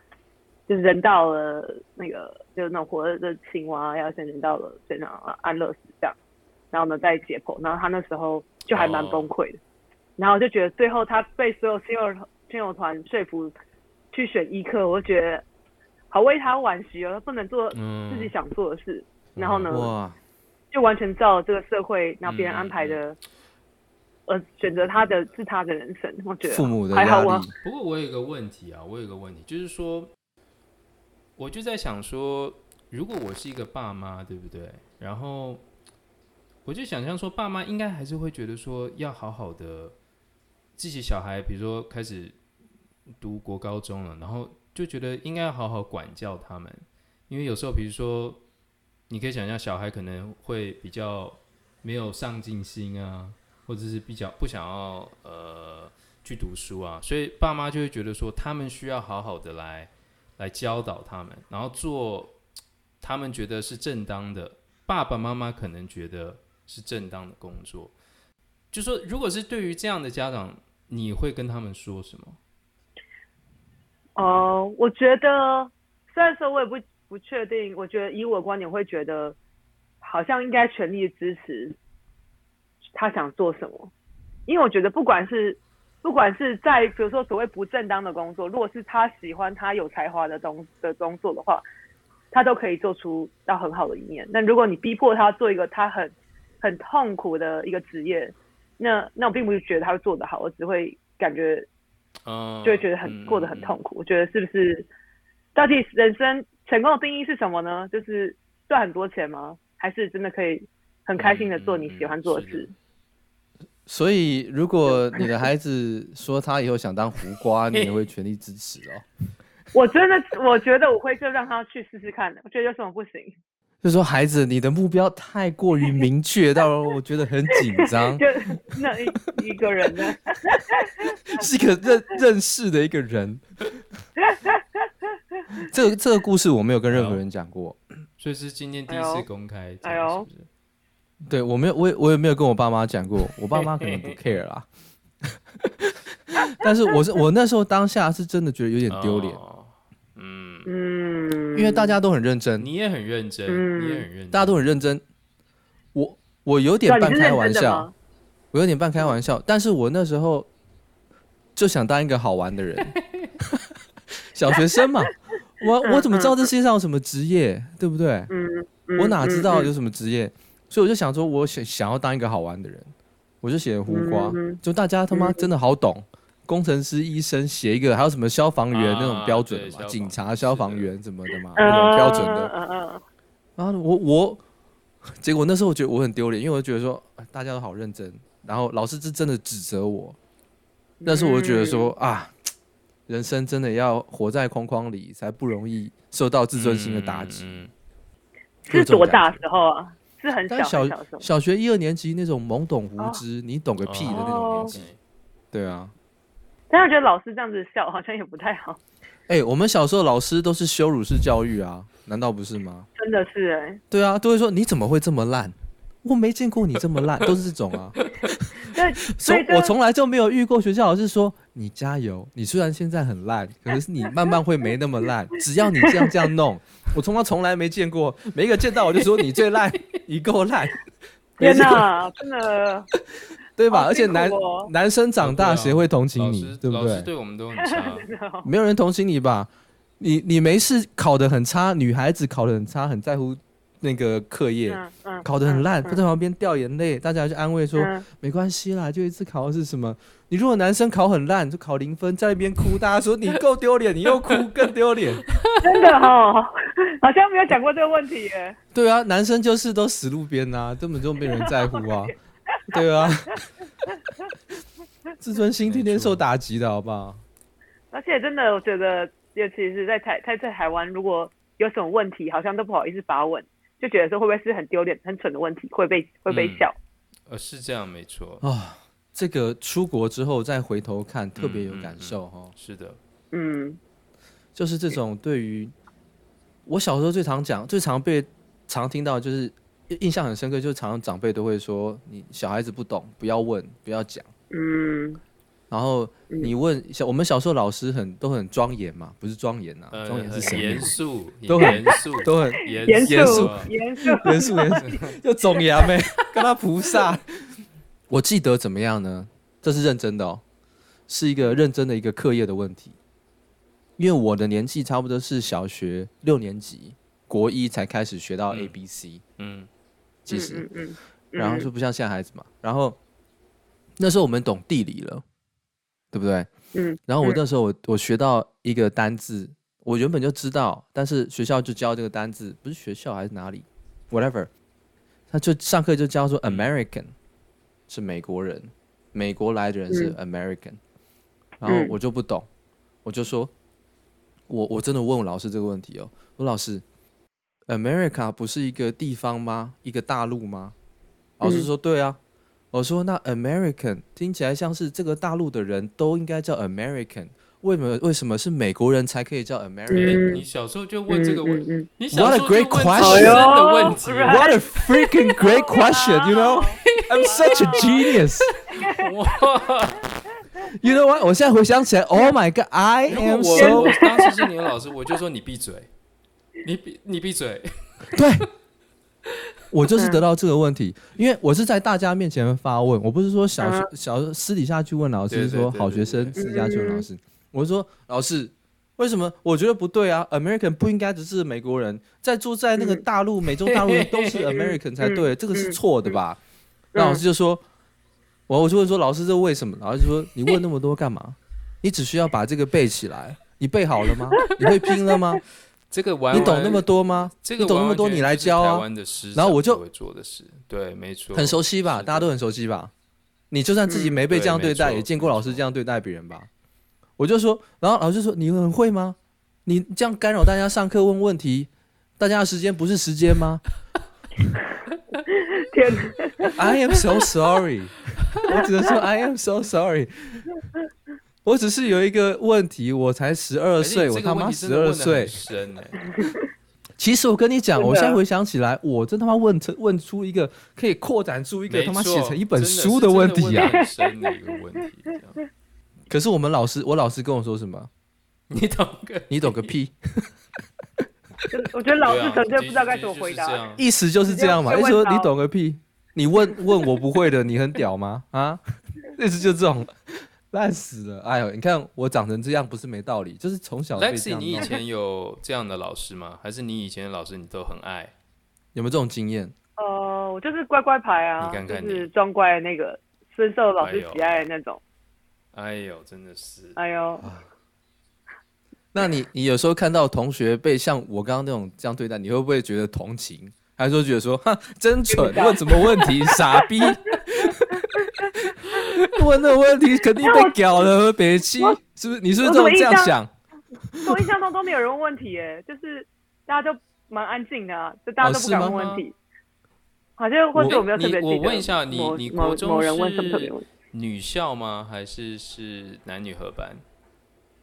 Speaker 4: 就是人到了那个就是那种活着的青蛙，要先人到了先让它安乐死这样，然后呢再解剖。然后他那时候就还蛮
Speaker 2: 哦
Speaker 4: 崩溃的，然后就觉得最后他被所有亲友亲友团说服去选医科，我就觉得好为他惋惜哦，他不能做自己
Speaker 2: 嗯，
Speaker 4: 想做的事。然后呢，
Speaker 1: 哇，
Speaker 4: 就完全照这个社会，然后别
Speaker 2: 嗯
Speaker 4: 人安排的，呃，选择他的是他的人生，我觉得
Speaker 1: 父母的
Speaker 4: 还
Speaker 1: 压
Speaker 4: 好啊
Speaker 1: 力
Speaker 4: 我，
Speaker 2: 不过我有一个问题啊，我有一个问题，就是说，我就在想说，如果我是一个爸妈，对不对？然后我就想象说，爸妈应该还是会觉得说，要好好的自己小孩，比如说开始读国高中了，然后就觉得应该要好好管教他们，因为有时候，比如说，你可以想象小孩可能会比较没有上进心啊，或者是比较不想要呃。去读书啊，所以爸妈就会觉得说，他们需要好好的来来教导他们，然后做他们觉得是正当的，爸爸妈妈可能觉得是正当的工作。就说如果是对于这样的家长，你会跟他们说什么？
Speaker 4: 哦，我觉得虽然说我也不不确定，我觉得以我的观点会觉得，好像应该全力支持他想做什么，因为我觉得不管是不管是在比如说所谓不正当的工作，如果是他喜欢他有才华的东的工作的话，他都可以做出到很好的一面。那如果你逼迫他做一个他很很痛苦的一个职业，那那我并不是觉得他会做得好，我只会感觉
Speaker 2: 嗯，
Speaker 4: 就会觉得很过得很痛苦。我觉得是不是？到底人生成功的定义是什么呢？就是赚很多钱吗？还是真的可以很开心的做你喜欢做的
Speaker 2: 嗯嗯嗯
Speaker 4: 事？
Speaker 1: 所以如果你的孩子说他以后想当胡瓜，你也会全力支持哦。
Speaker 4: 我真的，我觉得我会就让他去试试看的。我觉得有什么不行？
Speaker 1: 就说孩子，你的目标太过于明确，到我觉得很紧 张，
Speaker 4: 就那一一个 人呢？
Speaker 1: 是一个认认识的一个人。这个这个故事我没有跟任何人讲过，
Speaker 2: 所以是今天第一
Speaker 4: 哎
Speaker 2: 次
Speaker 4: 呦
Speaker 2: 公开
Speaker 4: 哎呦
Speaker 2: 讲，是不是？
Speaker 1: 对我没有，我也我也没有跟我爸妈讲过，我爸妈可能不 care 啦。 但是我是我那时候当下是真的觉得有点丢脸，
Speaker 2: 哦嗯，
Speaker 4: 嗯，
Speaker 1: 因为大家都很认真，
Speaker 2: 你也很认真，
Speaker 4: 嗯
Speaker 2: 你也很认真，
Speaker 1: 大家都很认真。我我有点
Speaker 4: 对啊
Speaker 1: 半
Speaker 4: 你是
Speaker 1: 开
Speaker 4: 认
Speaker 1: 玩
Speaker 4: 真的
Speaker 1: 笑
Speaker 4: 吗，？
Speaker 1: 我有点半开玩笑，但是我那时候就想当一个好玩的 人，小学生嘛，我我怎么知道这世界上有什么职业，对不对？
Speaker 4: 嗯，嗯
Speaker 1: 我哪知道有
Speaker 4: 嗯
Speaker 1: 什么职业？所以我就想说，我想想要当一个好玩的人，我就写胡瓜，
Speaker 4: 嗯嗯
Speaker 1: 就大家他妈真的好懂，工程师、医生写一个，还有什么消防员
Speaker 2: 啊
Speaker 1: 那种标准的
Speaker 2: 对
Speaker 1: 嘛，
Speaker 2: 消防
Speaker 1: 警察、消防员什么的嘛，
Speaker 4: 嗯
Speaker 1: 那种标准的。
Speaker 4: 嗯嗯嗯
Speaker 1: 然后我我，结果那时候我觉得我很丢脸，因为我就觉得说啊大家都好认真，然后老师是真的指责我，但是我就觉得说、
Speaker 2: 嗯
Speaker 1: 啊，人生真的要活在框框里，才不容易受到自尊心的打击。
Speaker 2: 嗯嗯嗯
Speaker 1: 有这
Speaker 4: 是
Speaker 1: 种
Speaker 4: 多
Speaker 1: 感
Speaker 4: 大
Speaker 1: 觉
Speaker 4: 时候啊？是很小
Speaker 1: 但
Speaker 4: 很
Speaker 1: 小
Speaker 4: 小的时候。
Speaker 1: 小学一二年级那种懵懂无知，你懂个
Speaker 2: 嗯哦
Speaker 1: 屁的那种年纪。
Speaker 2: OK
Speaker 1: 对啊，
Speaker 4: 但是我觉得老师这样子笑好像也不太好，
Speaker 1: 哎、我们小时候老师都是羞辱式教育啊，难道不是吗？
Speaker 4: 真的是哎、
Speaker 1: 对啊，都会说你怎么会这么烂？我没见过你这么烂，都是这种 啊。
Speaker 4: 对，
Speaker 1: 从
Speaker 4: 所以就
Speaker 1: 我从来就没有遇过学校老师说你加油，你虽然现在很烂，可是你慢慢会没那么烂，只要你这样这样弄。我从来从来没见过，每一个见到我就说你最烂， 你够烂，
Speaker 4: 天哪，真的
Speaker 1: 对吧？
Speaker 4: 好
Speaker 1: 而且
Speaker 4: 辛苦
Speaker 1: 男
Speaker 4: 哦
Speaker 1: 男生长大
Speaker 2: 哦对啊
Speaker 1: 谁会同情
Speaker 2: 老
Speaker 1: 你
Speaker 2: 师，
Speaker 1: 对不
Speaker 2: 老师
Speaker 1: 对？
Speaker 2: 对我们都很差，
Speaker 4: 哦
Speaker 1: 没有人同情你吧？你你没事考得很差，女孩子考得很差，很在乎那个课业，
Speaker 4: 嗯嗯，
Speaker 1: 考得很烂，
Speaker 4: 嗯
Speaker 1: 她在旁边掉眼泪，大家就安慰说、
Speaker 4: 嗯
Speaker 1: 没关系啦，就一次考是什么？你如果男生考很烂，就考零分，在那边哭，大家说你够丢脸，你又哭更丢脸。
Speaker 4: 真的哦， 好像没有讲过这个问题耶。
Speaker 1: 对啊，男生就是都死路边啊，根本就没人在乎啊，对啊，自尊心天天受打击的好不好？
Speaker 4: 而且真的，我觉得，尤其是在台在在台湾，如果有什么问题，好像都不好意思发问，就觉得说会不会是很丢脸、很蠢的问题，会被会被
Speaker 2: 嗯
Speaker 4: 笑。
Speaker 2: 呃，是这样没错，
Speaker 1: 啊，这个出国之后再回头看，特别有感受哈、哦
Speaker 2: 是的，
Speaker 4: 嗯，
Speaker 1: 就是这种对于我小时候最常讲、最常被常听到，就是印象很深刻，就是常常长辈都会说，你小孩子不懂，不要问，不要讲。
Speaker 4: 嗯，
Speaker 1: 然后你问小，我们小时候老师很都很庄严嘛，不是庄严啊，
Speaker 2: 呃，
Speaker 1: 庄严是
Speaker 2: 很
Speaker 1: 什么？
Speaker 2: 严肃，
Speaker 1: 都很
Speaker 2: 严肃，
Speaker 1: 都很
Speaker 4: 严
Speaker 2: 严
Speaker 4: 肃
Speaker 2: 啊
Speaker 4: 严肃，
Speaker 1: 严肃严肃， 要总牙呗，跟他菩萨。我记得怎么样呢？这是认真的哦，是一个认真的一个课业的问题。因为我的年纪差不多是小学六年级，国一才开始学到
Speaker 2: 嗯
Speaker 1: A B C，、
Speaker 2: 嗯
Speaker 1: 其实，
Speaker 4: 嗯嗯，嗯
Speaker 1: 然后就不像现在孩子嘛。然后那时候我们懂地理了，对不对？
Speaker 4: 嗯，
Speaker 1: 然后我
Speaker 4: 嗯
Speaker 1: 那时候我我学到一个单字，我原本就知道，但是学校就教这个单字，不是学校还是哪里，whatever，他就上课就教说 American 是美国人，美国来的人是 American，、然后
Speaker 4: 嗯
Speaker 1: 我就不懂，我就说，我我真的问我老师这个问题哦，我说老师，America 不是一个地方吗？一个大陆吗？老师
Speaker 4: 嗯
Speaker 1: 说对啊。我说那 American 听起来像是这个大陆的人都应该叫 American，为什么为什么是美国人才可以叫 American？、
Speaker 2: 你小时候就问这个问，
Speaker 4: 嗯嗯
Speaker 2: 你小
Speaker 1: 嗯 What a
Speaker 2: 时候就问
Speaker 1: great
Speaker 2: 学生的问题，
Speaker 4: question
Speaker 1: What a freaking great question, you know? I'm such a genius.
Speaker 2: 哇！
Speaker 1: You know what？我现在回想起来，Oh my God, I
Speaker 2: 如果
Speaker 1: am
Speaker 2: 我
Speaker 1: so
Speaker 2: 我当时是你的老师，我就说你闭嘴，你闭你闭嘴，
Speaker 1: 对。 我就是得到这个问题，
Speaker 2: 嗯
Speaker 1: 因为我是在大家面前发问，我不是说小学小私底下去问老师
Speaker 2: 对对
Speaker 1: 说
Speaker 2: 对
Speaker 1: 好
Speaker 2: 对
Speaker 1: 学生
Speaker 2: 对嗯
Speaker 1: 私底下去问老师，我是说老师为什么我觉得不对啊？American 不应该只是美国人，在住在那个大陆美洲大陆人都是 American 才
Speaker 2: 嗯
Speaker 1: 对，这个是错的吧？那老师就说，我我就会说老师这为什么？老师就说你问那么多干嘛？你只需要把这个背起来，你背好了吗？你会拼了吗？
Speaker 2: 这个完
Speaker 1: 你
Speaker 2: 完
Speaker 1: 懂那么多吗？
Speaker 2: 这个
Speaker 1: 你懂那么多
Speaker 2: 完完全全
Speaker 1: 你来教啊
Speaker 2: 就是台湾的师长
Speaker 1: 然后我就
Speaker 2: 才会做的事，对，没错，
Speaker 1: 很熟悉吧？
Speaker 2: 是的嗯
Speaker 1: 大家都很熟悉吧？你就算自己没被这样对
Speaker 3: 对
Speaker 1: 待，
Speaker 3: 没错
Speaker 1: 也见过老师这样对待别人吧？我就说，然后老师就说你很会吗？你这样干扰大家上课问问题，大家的时间不是时间吗
Speaker 4: 天哪，
Speaker 1: ？I am so sorry，我 只能说 I am so sorry。我只是有一个问题，我才十
Speaker 2: 哎
Speaker 1: 二岁，我他妈十二岁。
Speaker 2: 深哎，
Speaker 1: 其实我跟你讲，
Speaker 2: 啊
Speaker 4: 真的
Speaker 1: 我现在回想起来，我真他妈问成问出一个可以扩展出一个
Speaker 2: 没
Speaker 1: 他妈
Speaker 2: 错
Speaker 1: 写成一本
Speaker 2: 真的
Speaker 1: 书
Speaker 2: 是
Speaker 1: 问
Speaker 2: 真
Speaker 1: 题啊！
Speaker 2: 很深的一个问题，这 样
Speaker 1: 可是我们老师，我老师跟我说什么？
Speaker 2: 你懂个？
Speaker 1: 你懂个 屁！
Speaker 4: 真嗯的我觉得老师
Speaker 2: 对啊
Speaker 4: 可能真的不知道该怎么
Speaker 2: 其实
Speaker 4: 回答
Speaker 2: 就是 这。样
Speaker 1: 意思就是这样嘛，
Speaker 4: 直
Speaker 1: 意
Speaker 4: 接
Speaker 1: 思
Speaker 4: 直接问
Speaker 1: 说
Speaker 4: 到
Speaker 1: 你懂个屁！你问问我不会的，你很屌吗？ 啊，意思就这种，烂死了！哎呦，你看我长成这样不是没道理，就是从小被这
Speaker 2: Lexi，
Speaker 1: 样
Speaker 2: 你以
Speaker 1: 弄。
Speaker 2: 前有这样的老师吗？还是你以前的老师你都很爱？
Speaker 1: 有没有这种经验？
Speaker 4: 呃，我就是乖乖牌啊，
Speaker 2: 你看看你哦
Speaker 4: 就是装乖的那个，深受老师喜爱的那种。
Speaker 2: 哎呦，真的是，
Speaker 4: 哎呦，
Speaker 1: 啊那你你有时候看到同学被像我刚刚那种这样对待，你会不会觉得同情？还是说觉得说，哈，真蠢，问什么问题，傻逼！ 问的问题肯定被屌了，北七
Speaker 4: 我
Speaker 1: 是不是？你是不是这种
Speaker 4: 我怎么
Speaker 1: 这
Speaker 4: 印象
Speaker 1: 样想？
Speaker 4: 我印象中都没有人问问题耶，就是大家都蛮安静的啊，就大家都不敢
Speaker 1: 哦是
Speaker 4: 问
Speaker 1: 吗
Speaker 4: 问题。好像或者
Speaker 2: 我
Speaker 4: 我没有特别
Speaker 2: 你
Speaker 4: 记得
Speaker 2: 我问一下你
Speaker 4: 某
Speaker 2: 你
Speaker 4: 某
Speaker 2: 国中
Speaker 4: 某人问什么
Speaker 2: 是
Speaker 4: 特别问题，
Speaker 2: 女校吗？还是是男女合班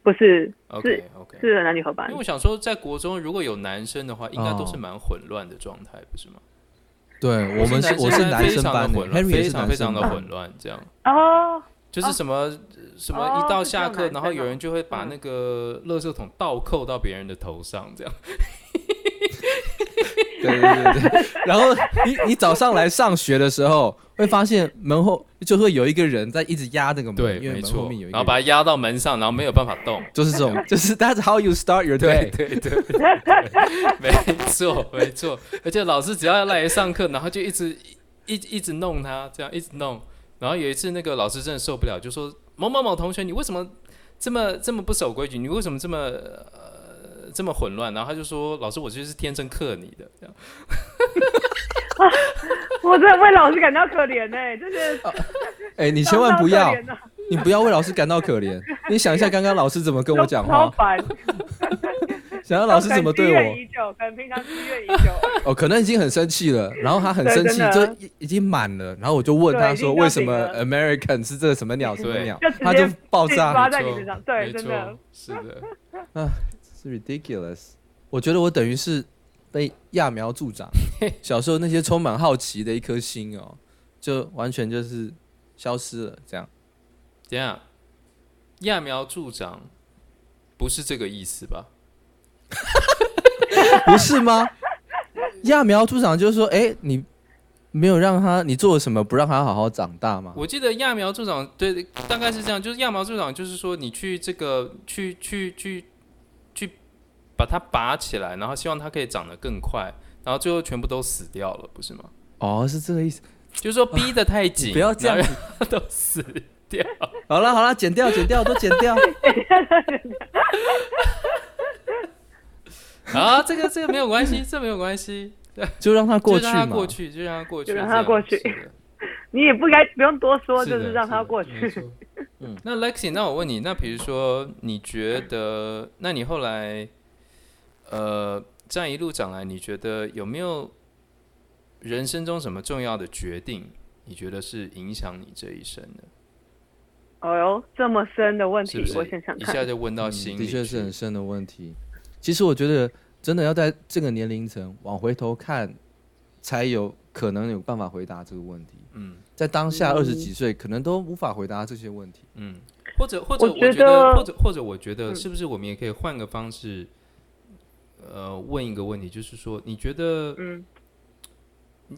Speaker 4: 不是
Speaker 2: ？OK OK，
Speaker 4: 是男女合班
Speaker 2: 因为，我想说，在国中如果有男生的话，应该都是蛮混乱的状态，不是吗？
Speaker 1: 对哦我们是
Speaker 2: 现在
Speaker 1: 我是男
Speaker 2: 非
Speaker 1: 生
Speaker 2: 常的
Speaker 1: 班的
Speaker 2: 混乱，
Speaker 1: ，Henry 也
Speaker 2: 非
Speaker 1: 是
Speaker 2: 常
Speaker 1: 男
Speaker 2: 非常
Speaker 1: 生
Speaker 2: 的
Speaker 1: 班
Speaker 2: 混乱，这样
Speaker 4: 哦，
Speaker 2: 就是什么、什么一到下课，
Speaker 4: 哦是这样男生
Speaker 2: 然后有
Speaker 4: 哦
Speaker 2: 人就会把那个垃圾桶倒扣到别人的头上，这样。
Speaker 1: 嗯对对对对。然后你你早上来上学的时候，会发现门后就会有一个人在一直压那个门，
Speaker 2: 对，
Speaker 1: 因为
Speaker 2: 没
Speaker 1: 门后
Speaker 2: 错
Speaker 1: 面有一。个
Speaker 2: 然后
Speaker 1: 人，
Speaker 2: 把它压到门上，然后没有办法动。
Speaker 1: 就是这 种，就是 That's how you start your day。
Speaker 2: 对对对， 对没错没错。而且老师只要来上课，然后就一直一一直弄他，这样一直弄。然后有一次那个老师真的受不了，就说某某某同学，你为什么这么这么不守规矩？你为什么这么呃这么混乱？然后他就说，老师，我就是天生克你的。这样
Speaker 4: 我真的为老师感到可怜哎，就是
Speaker 1: 哎，你千万不要
Speaker 4: 感，到可怜啊
Speaker 1: 你不要为老师感到可 怜。你想一下，刚刚老师怎么跟我讲
Speaker 4: 超
Speaker 1: 话，
Speaker 4: 烦，
Speaker 1: 想要老师怎么对
Speaker 4: 可能积怨
Speaker 1: 我？
Speaker 4: 已久，可能平常积怨已久。
Speaker 1: 哦，可能已经很生气了，然后他很生气，
Speaker 4: 对真
Speaker 1: 就
Speaker 4: 的
Speaker 1: 已已经满了。然后我就问
Speaker 4: 对
Speaker 1: 他
Speaker 4: 已经
Speaker 1: 说，
Speaker 4: 到
Speaker 1: 为什
Speaker 4: 顶
Speaker 1: 么
Speaker 4: 了
Speaker 1: American 是这个什么鸟什么
Speaker 2: 对
Speaker 1: 鸟
Speaker 4: 就直？接
Speaker 1: 他就爆炸
Speaker 4: 自己
Speaker 1: 了
Speaker 4: 抓。在你身
Speaker 2: 没
Speaker 4: 上
Speaker 2: 错
Speaker 4: 对
Speaker 2: 没
Speaker 4: 真的
Speaker 2: 错，是的，
Speaker 1: 是 ridiculous。我觉得我等于是被揠苗助 长，小时候那些充满好奇的一颗心哦，就完全就是消失了。这样，
Speaker 2: 怎样？揠苗助长不是这个意思吧？
Speaker 1: 不是吗？揠苗助长就是说，哎、你没有让他，你做了什么不让他好好长大吗？
Speaker 2: 我记得揠苗助长，对，大概是这样，就是揠苗助长，就是说你去这个去去去去把它拔起来，然后希望它可以长得更快，然后最后全部都死掉了，不是吗？
Speaker 1: 哦，是这个意思。
Speaker 2: 就是说逼得太紧，
Speaker 1: 啊不要这样
Speaker 2: 然后让它都死掉。
Speaker 1: 好了好了，剪掉剪掉都剪掉。
Speaker 2: 啊，这个这个没有关系，这没有关系，
Speaker 1: 就让他过去
Speaker 2: 就让
Speaker 1: 嘛。
Speaker 2: 它过去，就让它过去，
Speaker 4: 就让它过去
Speaker 2: 这样是的
Speaker 4: 你也不该不用多说，
Speaker 2: 是
Speaker 4: 就
Speaker 2: 的
Speaker 4: 是让他
Speaker 2: 的
Speaker 4: 过
Speaker 2: 没
Speaker 4: 去。
Speaker 2: 错嗯，那 Lexi，那我问你，那比如说，你觉得，那你后来，呃，这样一路长来，你觉得有没有人生中什么重要的决定，你觉得是影响你这一生的？
Speaker 4: 哦呦，这么深的问
Speaker 2: 是
Speaker 4: 题
Speaker 2: 不，是？
Speaker 4: 我想想
Speaker 2: 一
Speaker 4: 看
Speaker 2: 下。就问到
Speaker 1: 嗯
Speaker 2: 心里
Speaker 1: 的
Speaker 2: 去、
Speaker 1: 确是很深的问题。其实我觉得，真的要在这个年龄层往回头看，才有可能有办法回答这个问题。
Speaker 2: 嗯
Speaker 1: 在当下
Speaker 4: 嗯
Speaker 1: 二十几岁，可能都无法回答这些问题。
Speaker 2: 嗯，或者或者
Speaker 4: 我
Speaker 2: 我
Speaker 4: 觉
Speaker 2: 觉得，
Speaker 4: 得
Speaker 2: 或者或者我觉得，
Speaker 4: 嗯
Speaker 2: 是不是我们也可以换个方式，呃，问一个问题，就是说，你觉得，
Speaker 4: 嗯，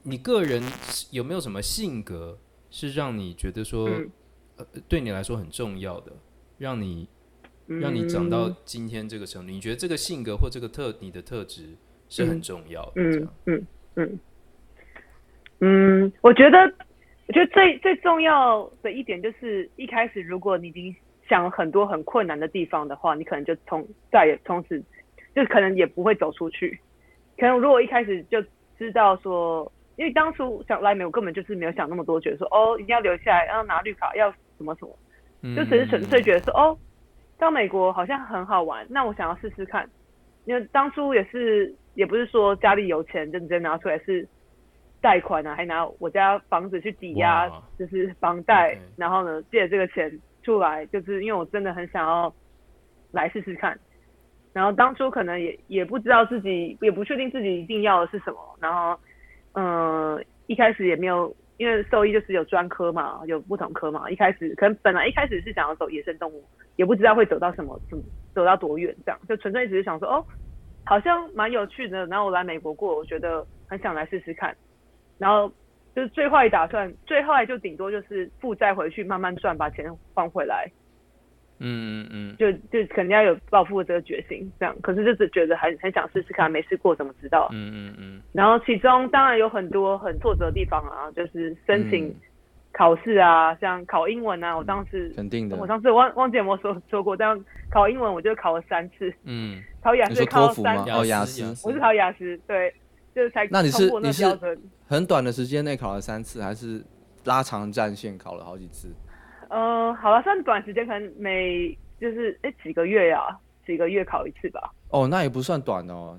Speaker 2: 你个人是有没有什么性格是让你觉得说，
Speaker 4: 嗯
Speaker 2: 呃，对你来说很重要的，让你
Speaker 4: 嗯
Speaker 2: 让你长到今天这个程度？你觉得这个性格或这个特你的特质是很重要的？这
Speaker 4: 嗯
Speaker 2: 样
Speaker 4: 嗯嗯嗯，我觉得，我觉得最最重要的一点就是，一开始如果你已经想了很多很困难的地方的话，你可能就从再也从此就可能也不会走出去。可能如果一开始就知道说，因为当初想来美国根本就是没有想那么多，觉得说哦一定要留下来，要拿绿卡，要什么什么，
Speaker 2: 嗯
Speaker 4: 就只是纯粹觉得说哦，到美国好像很好玩，那我想要试试看。因为当初也是也不是说家里有钱就直接拿出来，是贷款啊，还拿我家房子去抵押
Speaker 2: 哇，
Speaker 4: 就是房贷
Speaker 2: OK
Speaker 4: 然后呢借这个钱出来，就是因为我真的很想要来试试看。然后当初可能也也不知道自己，也不确定自己一定要的是什么。然后，嗯、一开始也没有，因为兽医就是有专科嘛，有不同科嘛。一开始可能本来一开始是想要走野生动物，也不知道会走到什么，怎么走到多远，这样就纯粹只是想说，哦，好像蛮有趣的。然后我来美国过，我觉得很想来试试看。然后就是最坏打算，最坏就顶多就是负债回去，慢慢赚，把钱还回来。
Speaker 2: 嗯嗯嗯，
Speaker 4: 就就肯定要有报复的这个决心，这样。可是就只觉得很很想试试看，没试过怎么知道？
Speaker 2: 嗯嗯嗯，
Speaker 4: 然后其中当然有很多很挫折的地方啊，就是申请
Speaker 1: 嗯
Speaker 4: 考试啊，像考英文啊，我当时、
Speaker 1: 肯定的
Speaker 4: 我。上次忘忘记有没有说说过，但考英文我就考了三次，
Speaker 2: 嗯，
Speaker 4: 考雅
Speaker 1: 你
Speaker 4: 思
Speaker 1: 说
Speaker 4: 考
Speaker 1: 托
Speaker 4: 了
Speaker 1: 福
Speaker 4: 三
Speaker 1: 吗？
Speaker 4: 次，
Speaker 1: 哦，
Speaker 2: 雅
Speaker 1: 雅
Speaker 2: 思
Speaker 1: 思
Speaker 2: 雅思，
Speaker 4: 我是考雅思，对，就是才
Speaker 1: 那你是
Speaker 4: 通过那
Speaker 1: 你是
Speaker 4: 标准。
Speaker 1: 很短的时间内考了三次，还是拉长战线考了好几次？
Speaker 4: 呃，好了，算短时间，可能每就是哎几个月呀、几个月考一次吧。
Speaker 1: 哦，那也不算短哦，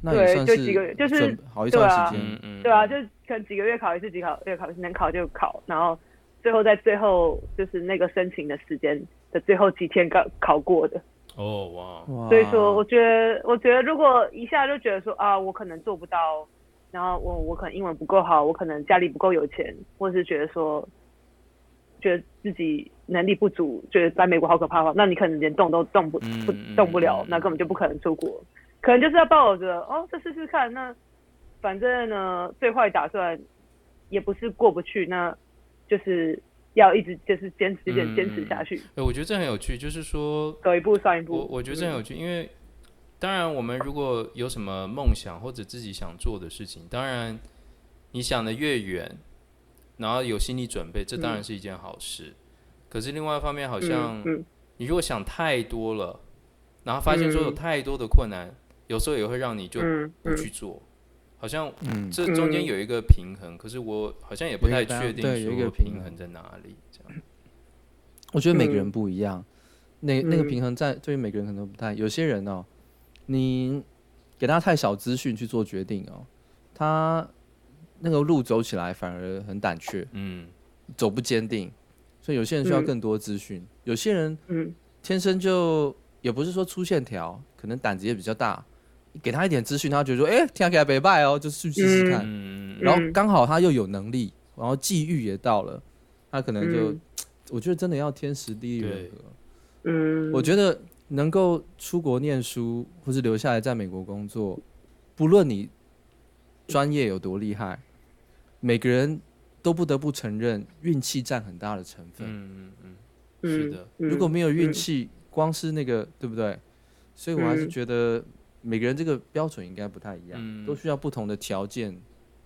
Speaker 1: 那
Speaker 4: 对
Speaker 1: 也算
Speaker 4: 就是几个月就是
Speaker 1: 准好一
Speaker 4: 对啊
Speaker 1: 段时
Speaker 2: 嗯
Speaker 1: 间。
Speaker 2: 嗯，
Speaker 4: 对啊，就是可能几个月考一次，几个月考一次，能考就考，然后最后在最后就是那个申请的时间的最后几天考考过的。
Speaker 2: 哦哇，
Speaker 1: 哇
Speaker 4: 所以说，我觉得，我觉得如果一下就觉得说啊，我可能做不到，然后我我可能英文不够好，我可能家里不够有钱，或是觉得说，觉得自己能力不足，觉得在美国好可怕的话，那你可能连动都动不
Speaker 2: 嗯
Speaker 4: 不
Speaker 2: 嗯
Speaker 4: 动不了
Speaker 2: 嗯，
Speaker 4: 那根本就不可能出国，可能就是要抱着哦，这试试看，那反正呢，最坏打算也不是过不去，那就是要一直就是坚持，一直
Speaker 2: 嗯
Speaker 4: 坚持下去，
Speaker 2: 哎，我觉得这很有趣，就是说
Speaker 4: 走一步算一步。
Speaker 2: 我我觉得这很有趣，因为当然我们如果有什么梦想或者自己想做的事情，当然你想的越远，然后有心理准备，这当然是一件好事。可是另外一方面，好像
Speaker 4: 嗯嗯
Speaker 2: 你如果想太多了，然后发现说有
Speaker 4: 嗯
Speaker 2: 太多的困难，有时候也会让你就
Speaker 4: 嗯
Speaker 2: 不
Speaker 4: 嗯
Speaker 2: 去做。好像
Speaker 1: 嗯
Speaker 2: 这中间
Speaker 4: 嗯
Speaker 2: 有一个平衡，可是我好像也不
Speaker 1: 有
Speaker 2: 太
Speaker 1: 一个
Speaker 2: 确定
Speaker 1: 对有一
Speaker 2: 说
Speaker 1: 个平
Speaker 2: 平衡
Speaker 1: 衡
Speaker 2: 在哪里。这样，
Speaker 1: 我觉得每个人
Speaker 4: 嗯
Speaker 1: 不一样，那那个
Speaker 4: 嗯
Speaker 1: 平衡在对于每个人可能都不太。有些人哦，你给他太少资讯去做决定哦，他那个路走起来反而很胆怯，
Speaker 2: 嗯
Speaker 1: 走不坚定，所以有些人需要
Speaker 4: 嗯
Speaker 1: 更多资讯。有些人
Speaker 4: 嗯
Speaker 1: 天生就也不是说粗线条，可能胆子也比较大，给他一点资讯，他觉得说，哎、听起来北拜哦，就去试试看。
Speaker 2: 嗯
Speaker 1: 然后刚好他又有能力，然后际遇也到了，他可能就，
Speaker 4: 嗯
Speaker 1: 我觉得真的要天时地利人
Speaker 2: 对
Speaker 1: 和。
Speaker 4: 嗯，
Speaker 1: 我觉得能够出国念书，或是留下来在美国工作，不论你专业有多厉害，每个人都不得不承认运气占很大的成分。
Speaker 2: 嗯嗯嗯，
Speaker 4: 嗯
Speaker 2: 是的，
Speaker 1: 如果没有运
Speaker 4: 嗯
Speaker 1: 气，光是那个对不对？所以我还是
Speaker 4: 嗯
Speaker 1: 觉得每个人这个标准应该不太一样，
Speaker 2: 嗯
Speaker 1: 都需要不同的条件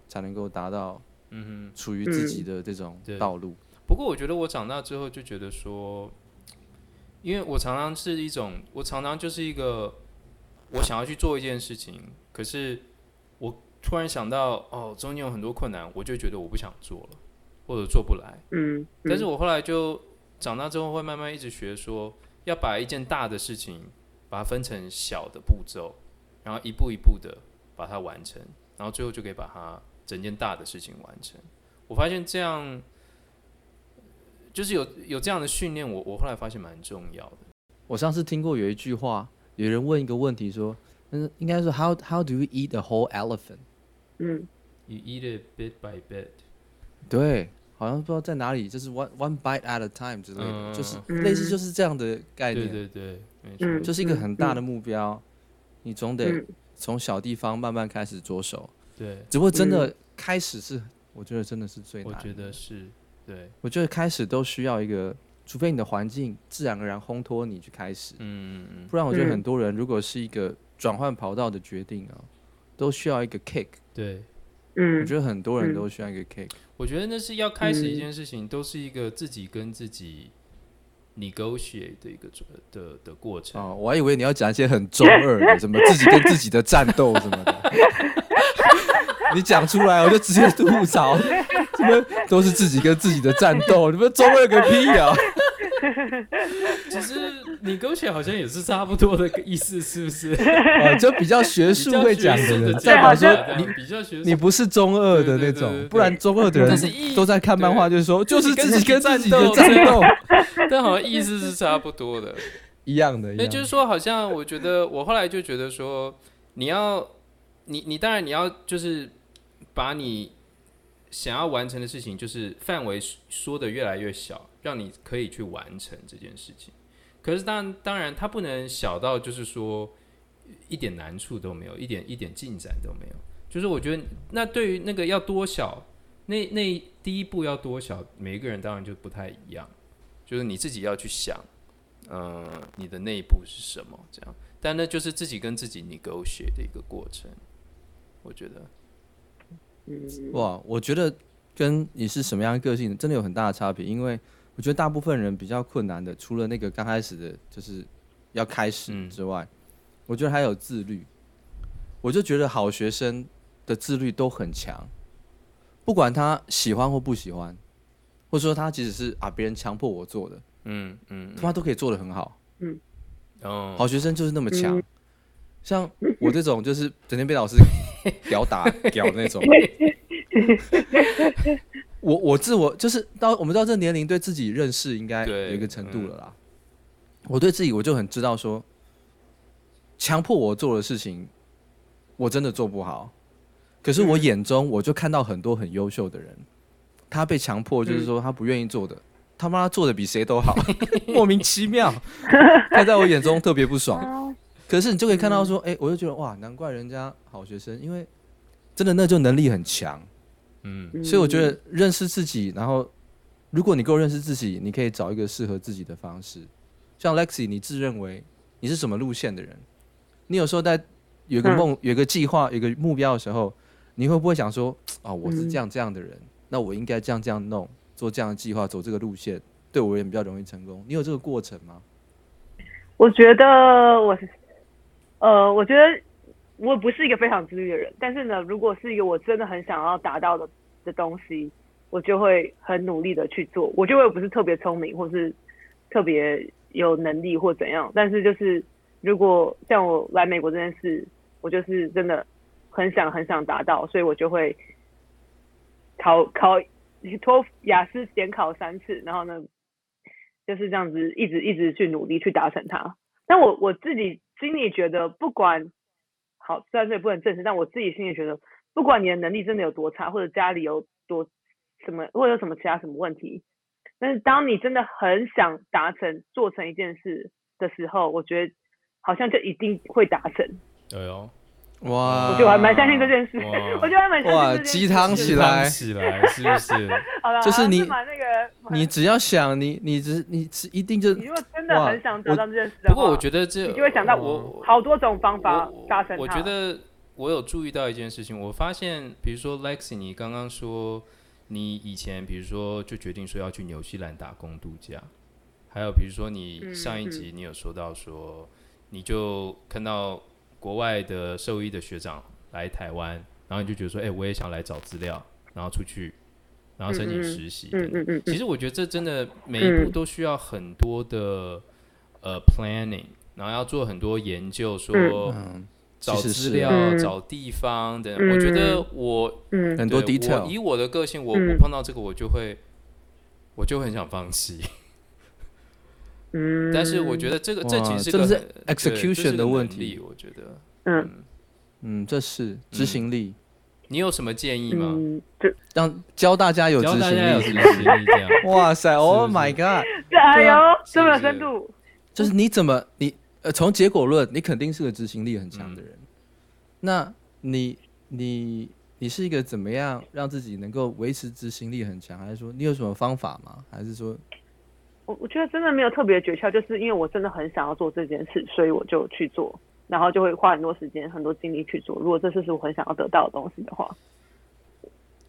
Speaker 1: 才能够达到
Speaker 2: 嗯
Speaker 1: 属于自己的这种
Speaker 2: 对
Speaker 1: 道路。
Speaker 2: 哼，不过我觉得我长大之后就觉得说，因为我常常是一种，我常常就是一个，我想要去做一件事情，可是我突然想到，哦，中间有很多困难，我就觉得我不想做了，或者做不来。
Speaker 4: 嗯，
Speaker 2: 但是我后来就长大之后会慢慢一直学说，要把一件大的事情把它分成小的步骤，然后一步一步的把它完成，然后最后就可以把它整件大的事情完成。我发现这样就是有有这样的训练，我我后来发现蛮重要的。
Speaker 1: 我上次听过有一句话，有人问一个问题说，嗯，应该是 How how do you eat a whole elephant？
Speaker 4: 嗯
Speaker 2: You eat it bit by bit，
Speaker 1: 对，好像不知道在哪里，就是 one one bite at a time 之类的，
Speaker 2: 嗯
Speaker 1: 就是
Speaker 4: 嗯
Speaker 1: 类似就是这样的概
Speaker 2: 对
Speaker 1: 念，
Speaker 2: 对对，没错，
Speaker 4: 嗯
Speaker 1: 就是一个很大的目标，你总得
Speaker 4: 嗯
Speaker 1: 从小地方慢慢开始着手。
Speaker 2: 对，
Speaker 1: 只不过真的开始是，我觉得真的是最
Speaker 2: 我
Speaker 1: 难。
Speaker 2: 觉得，是，对，
Speaker 1: 我觉得开始都需要一个，除非你的环境自然而然烘托你去开始，
Speaker 2: 嗯嗯
Speaker 1: 不然我觉得很
Speaker 4: 嗯
Speaker 1: 多人如果是一个转换跑道的决定啊，都需要一个 kick。
Speaker 2: 对。
Speaker 1: 我
Speaker 4: 嗯
Speaker 1: 觉得很多人
Speaker 4: 嗯
Speaker 1: 都需要一个 kick。
Speaker 2: 我觉得那是要开始一
Speaker 4: 嗯
Speaker 2: 件事情，都是一个自己跟自己 negotiate 的一个准的的过程。
Speaker 1: 哦，我还以 为你要讲一些很中二的，什么自己跟自己的战斗什么的。你讲出来我就直接吐槽，什么都是自己跟自己的战斗，你们中二个屁啊！
Speaker 2: 其实你苟且好像也是差不多的意思，是不是？
Speaker 1: 啊，就比较学术会讲的人，
Speaker 4: 对
Speaker 1: 代
Speaker 4: 好
Speaker 1: 表
Speaker 4: 像
Speaker 1: 说
Speaker 2: 你
Speaker 1: 你
Speaker 2: 啊比较学术，
Speaker 1: 你不是中二的那
Speaker 2: 对对对对对
Speaker 1: 种，不然中二的
Speaker 2: 但是
Speaker 1: 人
Speaker 2: 一
Speaker 1: 都在看漫画，就是说
Speaker 2: 对
Speaker 1: 就是自己跟自己的
Speaker 2: 自己跟自己
Speaker 1: 战
Speaker 2: 战
Speaker 1: 斗
Speaker 2: 但好像意思是差不多的。
Speaker 1: 一样的，一
Speaker 2: 那
Speaker 1: 样
Speaker 2: 就是
Speaker 1: 的。
Speaker 2: 说，好像我觉得我后来就觉得说，你要你你当然你要就是把你想要完成的事情，就是范围缩的越来越小，让你可以去完成这件事情。可是当当然，它不能小到就是说一点难处都没有，一点一点进展都没有。就是我觉得，那对于那个要多小，那那第一步要多小，每一个人当然就不太一样，就是你自己要去想。嗯，你的内部是什么这样，但那就是自己跟自己 negotiate 的一个过程，我觉得。
Speaker 1: 哇，我觉得跟你是什么样的个性真的有很大的差别，因为我觉得大部分人比较困难的，除了那个刚开始的，就是要开始
Speaker 2: 嗯
Speaker 1: 之外，我觉得还有自律。我就觉得好学生的自律都很强，不管他喜欢或不喜欢，或者说他即使是啊别人强迫我做的，
Speaker 2: 嗯嗯
Speaker 1: 他妈都可以做得很好。
Speaker 2: 哦，
Speaker 1: 好学生就是那么强。像我这种就是整天被老师屌打屌那种，我我自我就是到我们到这年龄，对自己认识应该
Speaker 2: 对嗯
Speaker 1: 有一个程度了啦。我对自己我就很知道说，强迫我做的事情，我真的做不好。可是我眼中我就看到很多很优秀的人，他被强迫就是说他不愿意做的，他妈做的比谁都好， 莫名其妙，他在我眼中特别不爽。可是你就可以看到说，哎、我就觉得哇，难怪人家好学生，因为真的那就能力很强。
Speaker 2: 嗯
Speaker 1: 所以我觉得认识自己，然后如果你够认识自己，你可以找一个适合自己的方式。像 Lexi，你自认为你是什么路线的人？你有时候在有一个
Speaker 4: 嗯
Speaker 1: 梦、有一个计划、有一个目标的时候，你会不会想说啊、我
Speaker 4: 嗯
Speaker 1: 是这样这样的人，那我应该这样这样弄，做这样的计划，走这个路线，对我而言比较容易成功？你有这个过程吗？
Speaker 4: 我觉得我，呃，我觉得我不是一个非常自律的人，但是呢，如果是一个我真的很想要达到的的东西，我就会很努力的去做。我觉得我也不是特别聪明，或是特别有能力或怎样，但是就是如果像我来美国这件事，我就是真的很想很想达到，所以我就会考考托福雅思连考三次，然后呢，就是这样子一直一直去努力去达成它。但我我自己心里觉得，不管好，虽然这也不能证实，但我自己心里觉得，不管你的能力真的有多差，或者家里有多什么，或者有什么其他什么问题，但是当你真的很想达成做成一件事的时候，我觉得好像就一定会达成。
Speaker 2: 对哦，
Speaker 1: 哇，
Speaker 4: 我就还蛮相信这件事，
Speaker 2: 哇
Speaker 4: 我就还蛮相信
Speaker 1: 啊哇
Speaker 4: 这件事。
Speaker 1: 鸡汤起来
Speaker 2: 起来，是不是？
Speaker 4: 好了，
Speaker 1: 就是
Speaker 4: 好啦
Speaker 1: 你
Speaker 4: 蛮啊那个，
Speaker 1: 你只要想，你你只你只一定就
Speaker 4: 你如果真的很想达到这件事的
Speaker 2: 不
Speaker 4: 话，
Speaker 2: 过我觉得这
Speaker 4: 你就会想到
Speaker 2: 我
Speaker 4: 好多种方法
Speaker 2: 我
Speaker 4: 达成它。
Speaker 2: 我觉得我有注意到一件事情，我发现，比如说 Lexi，你刚刚说你以前，比如说就决定说要去纽西兰打工度假，还有比如说你
Speaker 4: 嗯
Speaker 2: 上一集你有说到说，你就看到国外的兽医的学长来台湾，然后你就觉得说，哎、我也想来找资料，然后出去，然后申请
Speaker 4: 嗯
Speaker 2: 实习等
Speaker 4: 嗯
Speaker 2: 等。
Speaker 4: 嗯嗯
Speaker 2: 其实我觉得这真的每一步都需要很多的、呃 planning，然后要做很多研究，说
Speaker 1: 嗯
Speaker 2: 找
Speaker 1: 其实
Speaker 2: 资
Speaker 1: 是啊
Speaker 2: 料、
Speaker 4: 嗯
Speaker 2: 找地方等等。
Speaker 4: 嗯
Speaker 2: 我觉得我
Speaker 4: 嗯
Speaker 1: 很多
Speaker 2: 对
Speaker 1: detail
Speaker 2: 我以我的个性，我
Speaker 4: 嗯
Speaker 2: 我碰到这个我就会我就很想放弃。
Speaker 4: 嗯，
Speaker 2: 但是我觉得这个这
Speaker 1: 哇
Speaker 2: 其实
Speaker 1: 这
Speaker 2: 个
Speaker 1: 是
Speaker 2: 很对这
Speaker 1: execution
Speaker 2: 是个
Speaker 1: 的问
Speaker 2: 能
Speaker 1: 题
Speaker 2: 力我觉得
Speaker 4: 嗯
Speaker 1: 嗯，这是执行力，
Speaker 2: 你有什么建议吗？
Speaker 4: 嗯，这
Speaker 1: 让教大家有执
Speaker 2: 教大
Speaker 1: 行
Speaker 2: 家有
Speaker 1: 力是
Speaker 2: 执行
Speaker 1: 吗。
Speaker 2: 力这样。
Speaker 1: 哇塞，Oh
Speaker 2: 是
Speaker 1: my god！
Speaker 4: 这哎
Speaker 1: 对
Speaker 4: 呦
Speaker 1: 啊，
Speaker 4: 这么有
Speaker 2: 是不是
Speaker 4: 深度，
Speaker 1: 就是你怎么你呃，从结果论，你肯定是个执行力很强的人。
Speaker 2: 嗯
Speaker 1: 那你你你是一个怎么样让自己能够维持执行力很强？还是说你有什么方法吗？还是说
Speaker 4: 我我觉得真的没有特别的诀窍，就是因为我真的很想要做这件事，所以我就去做，然后就会花很多时间、很多精力去做。如果这次是我很想要得到的东西的话，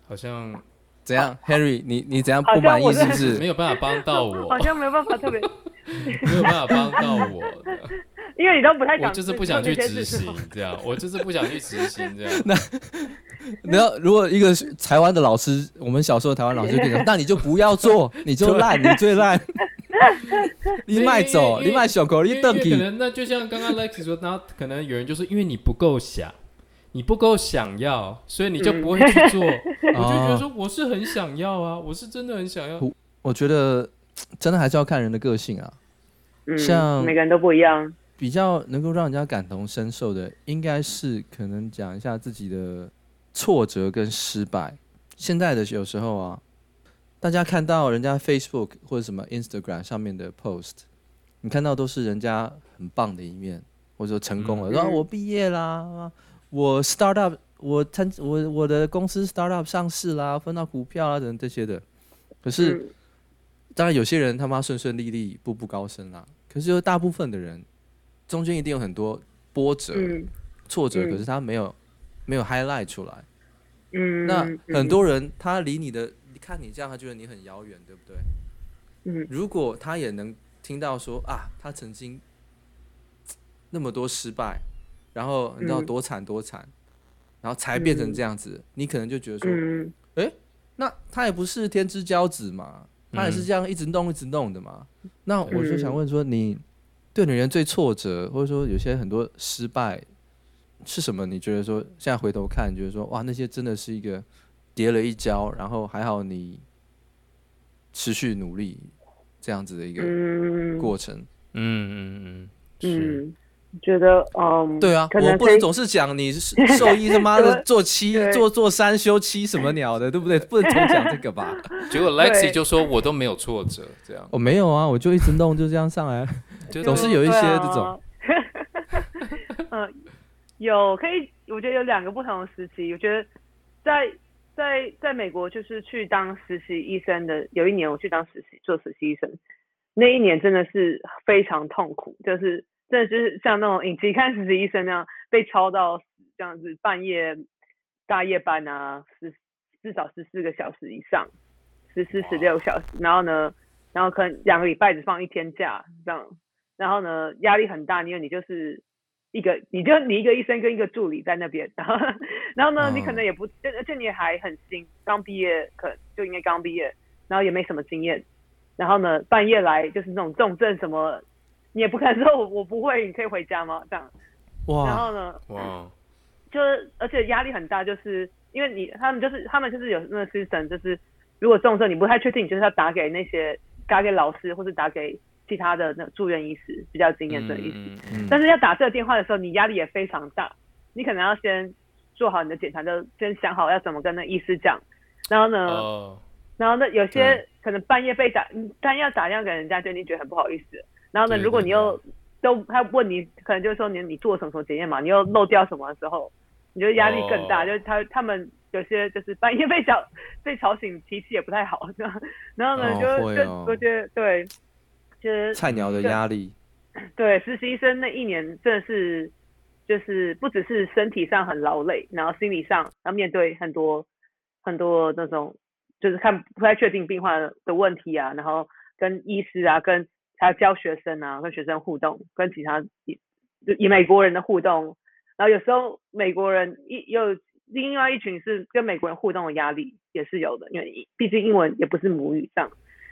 Speaker 2: 好像
Speaker 1: 怎
Speaker 2: 啊
Speaker 1: 样，Henry？你你怎样
Speaker 4: 好
Speaker 1: 不满意
Speaker 4: 像我
Speaker 1: 是不
Speaker 4: 在
Speaker 2: 没
Speaker 1: 是？
Speaker 2: 有办法帮到我，
Speaker 4: 好像没有办法特别，
Speaker 2: 没有办法帮到我的。
Speaker 4: 因为你都不太想，
Speaker 2: 我就是不想去执
Speaker 4: 做这些事
Speaker 2: 行，这样，我就是不想去执行，这样。
Speaker 1: 那然后如果一个是台湾的老师，我们小时候的台湾老师就跟你 说，那你就不要做，你就烂，你最 烂，你卖走，
Speaker 2: 因为因为
Speaker 1: 你卖小狗，
Speaker 2: 因为
Speaker 1: 你瞪
Speaker 2: 因为可
Speaker 1: 你。
Speaker 2: 能那就像刚刚 Lexi 说，那可能有人就说，因为你不够想，你不够想要，所以你就不会去 做。 我就觉得说，我是很想要啊，我是真的很想要。
Speaker 1: 哦我觉得真的还是要看人的个性啊。
Speaker 4: 嗯，
Speaker 1: 像
Speaker 4: 每个人都不一样，
Speaker 1: 比较能够让人家感同身受的，应该是可能讲一下自己的挫折跟失败。现在的有时候啊，大家看到人家 Facebook 或者什么 Instagram 上面的 post，你看到都是人家很棒的一面，或者说成功了，
Speaker 4: 嗯
Speaker 1: 说、啊我毕业啦，我 start up，我参我我的公司 start up 上市啦，分到股票啦等等这些的。可是、
Speaker 4: 嗯
Speaker 1: 当然，有些人他妈顺顺利利，步步高升啦。可是，有大部分的人，中间一定有很多波折、
Speaker 4: 嗯
Speaker 1: 挫折，
Speaker 4: 嗯
Speaker 1: 可是他没有、没有 highlight 出来。
Speaker 4: 嗯，
Speaker 1: 那很多人他离你的，你看你这样，他觉得你很遥远，对不对？
Speaker 4: 嗯
Speaker 1: 如果他也能听到说啊，他曾经那么多失败，然后你知道
Speaker 4: 嗯
Speaker 1: 多惨多惨，然后才变成这样子，你可能就觉得说，
Speaker 4: 嗯
Speaker 1: 那他也不是天之骄子嘛，他也是这样一直弄一直弄的嘛。那我就想问说，你对女人最挫折，或者说有些很多失败是什么？你觉得说现在回头看，你觉得说哇，那些真的是一个跌了一跤，然后还好你持续努力这样子的一个
Speaker 4: 嗯
Speaker 1: 过程。
Speaker 2: 嗯嗯嗯，是。
Speaker 4: 嗯，觉得嗯，
Speaker 1: 对啊，
Speaker 4: 可能
Speaker 1: 我不
Speaker 4: 可
Speaker 1: 能
Speaker 4: 以
Speaker 1: 总是讲你是兽医他 妈的
Speaker 4: 对
Speaker 1: 做七
Speaker 4: 对
Speaker 1: 做做三休七什么鸟的，对不对？不能总讲这个 吧？
Speaker 2: 结果 Lexi
Speaker 4: 对
Speaker 2: 就说我都没有挫折，这样
Speaker 1: 我没有啊，我就一直弄，就这样上来。啊
Speaker 2: 就
Speaker 1: 总是有一些
Speaker 4: 对啊
Speaker 1: 这种。
Speaker 4: 嗯，有可以，我觉得有两个不同的时期。我觉得在在在美国，就是去当实习医生的，有一年我去当实习做实习医生，那一年真的是非常痛苦，就是真的就是像那种影集看实习医生那样被操到死这样子，半夜大夜班啊，十至少十四个小时以上，十四十六小时，然后呢，然后可能两个礼拜只放一天假这样，然后呢压力很大，因为你就是一个你就你一个医生跟一个助理在那边， 然后然后呢你可能也不，而而且你还很新，刚毕业可就应该刚毕业，然后也没什么经验，然后呢半夜来就是那种重症什么，你也不敢说我我不会，你可以回家吗？这样，
Speaker 1: 哇，
Speaker 4: 然后呢
Speaker 2: 哇，
Speaker 4: 就是而且压力很大，就是因为你他们就是他们就是有那个 system，就是如果重症你不太确定，你就是要打给那些打给老师或者打给其他的那种住院医师比较有经验的医师。
Speaker 2: 嗯
Speaker 1: 嗯
Speaker 4: 但是要打这个电话的时候，你压力也非常大，你可能要先做好你的检查，就先想好要怎么跟那医师讲，然后呢，
Speaker 2: 哦，
Speaker 4: 然后呢，有
Speaker 1: 对
Speaker 4: 些可能半夜被打，你半夜要打电话给人家，就已经觉得很不好意思了。然后呢，
Speaker 2: 对
Speaker 4: 如果
Speaker 2: 对
Speaker 4: 你又都他问你，可能就是说你你做什么什么检验嘛，你又漏掉什么的时候，你就压力更大。
Speaker 2: 哦
Speaker 4: 就是他他们有些就是半夜被吵被吵醒，脾气也不太好， 然后然后呢，
Speaker 1: 哦
Speaker 4: 就
Speaker 1: 会
Speaker 4: 就
Speaker 1: 哦
Speaker 4: 我觉得对，就是
Speaker 1: 菜鸟的压力，
Speaker 4: 对，实习生那一年真的是，就是不只是身体上很劳累，然后心理上要面对很多很多那种，就是看不太确定病患的问题啊，然后跟医师啊，跟还有教学生啊，跟学生互动，跟其他以以美国人的互动，然后有时候美国人一也有另外一群是跟美国人互动的压力也是有的，因为毕竟英文也不是母语这样。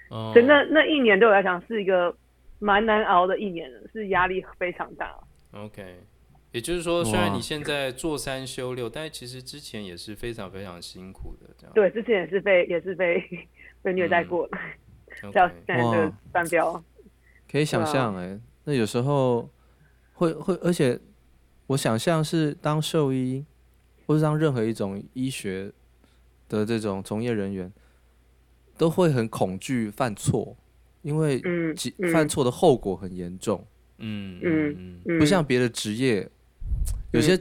Speaker 2: 哦
Speaker 4: 所以那那一年对我来讲是一个蛮难熬的一年，是压力非常大。
Speaker 2: 哦 OK，也就是说，虽然
Speaker 1: 哇
Speaker 2: 你现在做三休六，但其实之前也是非常非常辛苦的，这样。
Speaker 4: 对，之前也是被 也是被被虐待过，
Speaker 2: 嗯 OK，
Speaker 4: 到现在这
Speaker 1: 哇
Speaker 4: 个单标。
Speaker 1: 可以
Speaker 4: 啊
Speaker 1: 想象哎、那有时候会会，而且我想象是当兽医，或是当任何一种医学的这种从业人员，都会很恐惧犯错，因为
Speaker 4: 嗯
Speaker 1: 其
Speaker 4: 嗯
Speaker 1: 犯错的后果很严重，
Speaker 2: 嗯
Speaker 4: 嗯
Speaker 2: 嗯嗯，
Speaker 4: 嗯，
Speaker 1: 不像别的职业，有些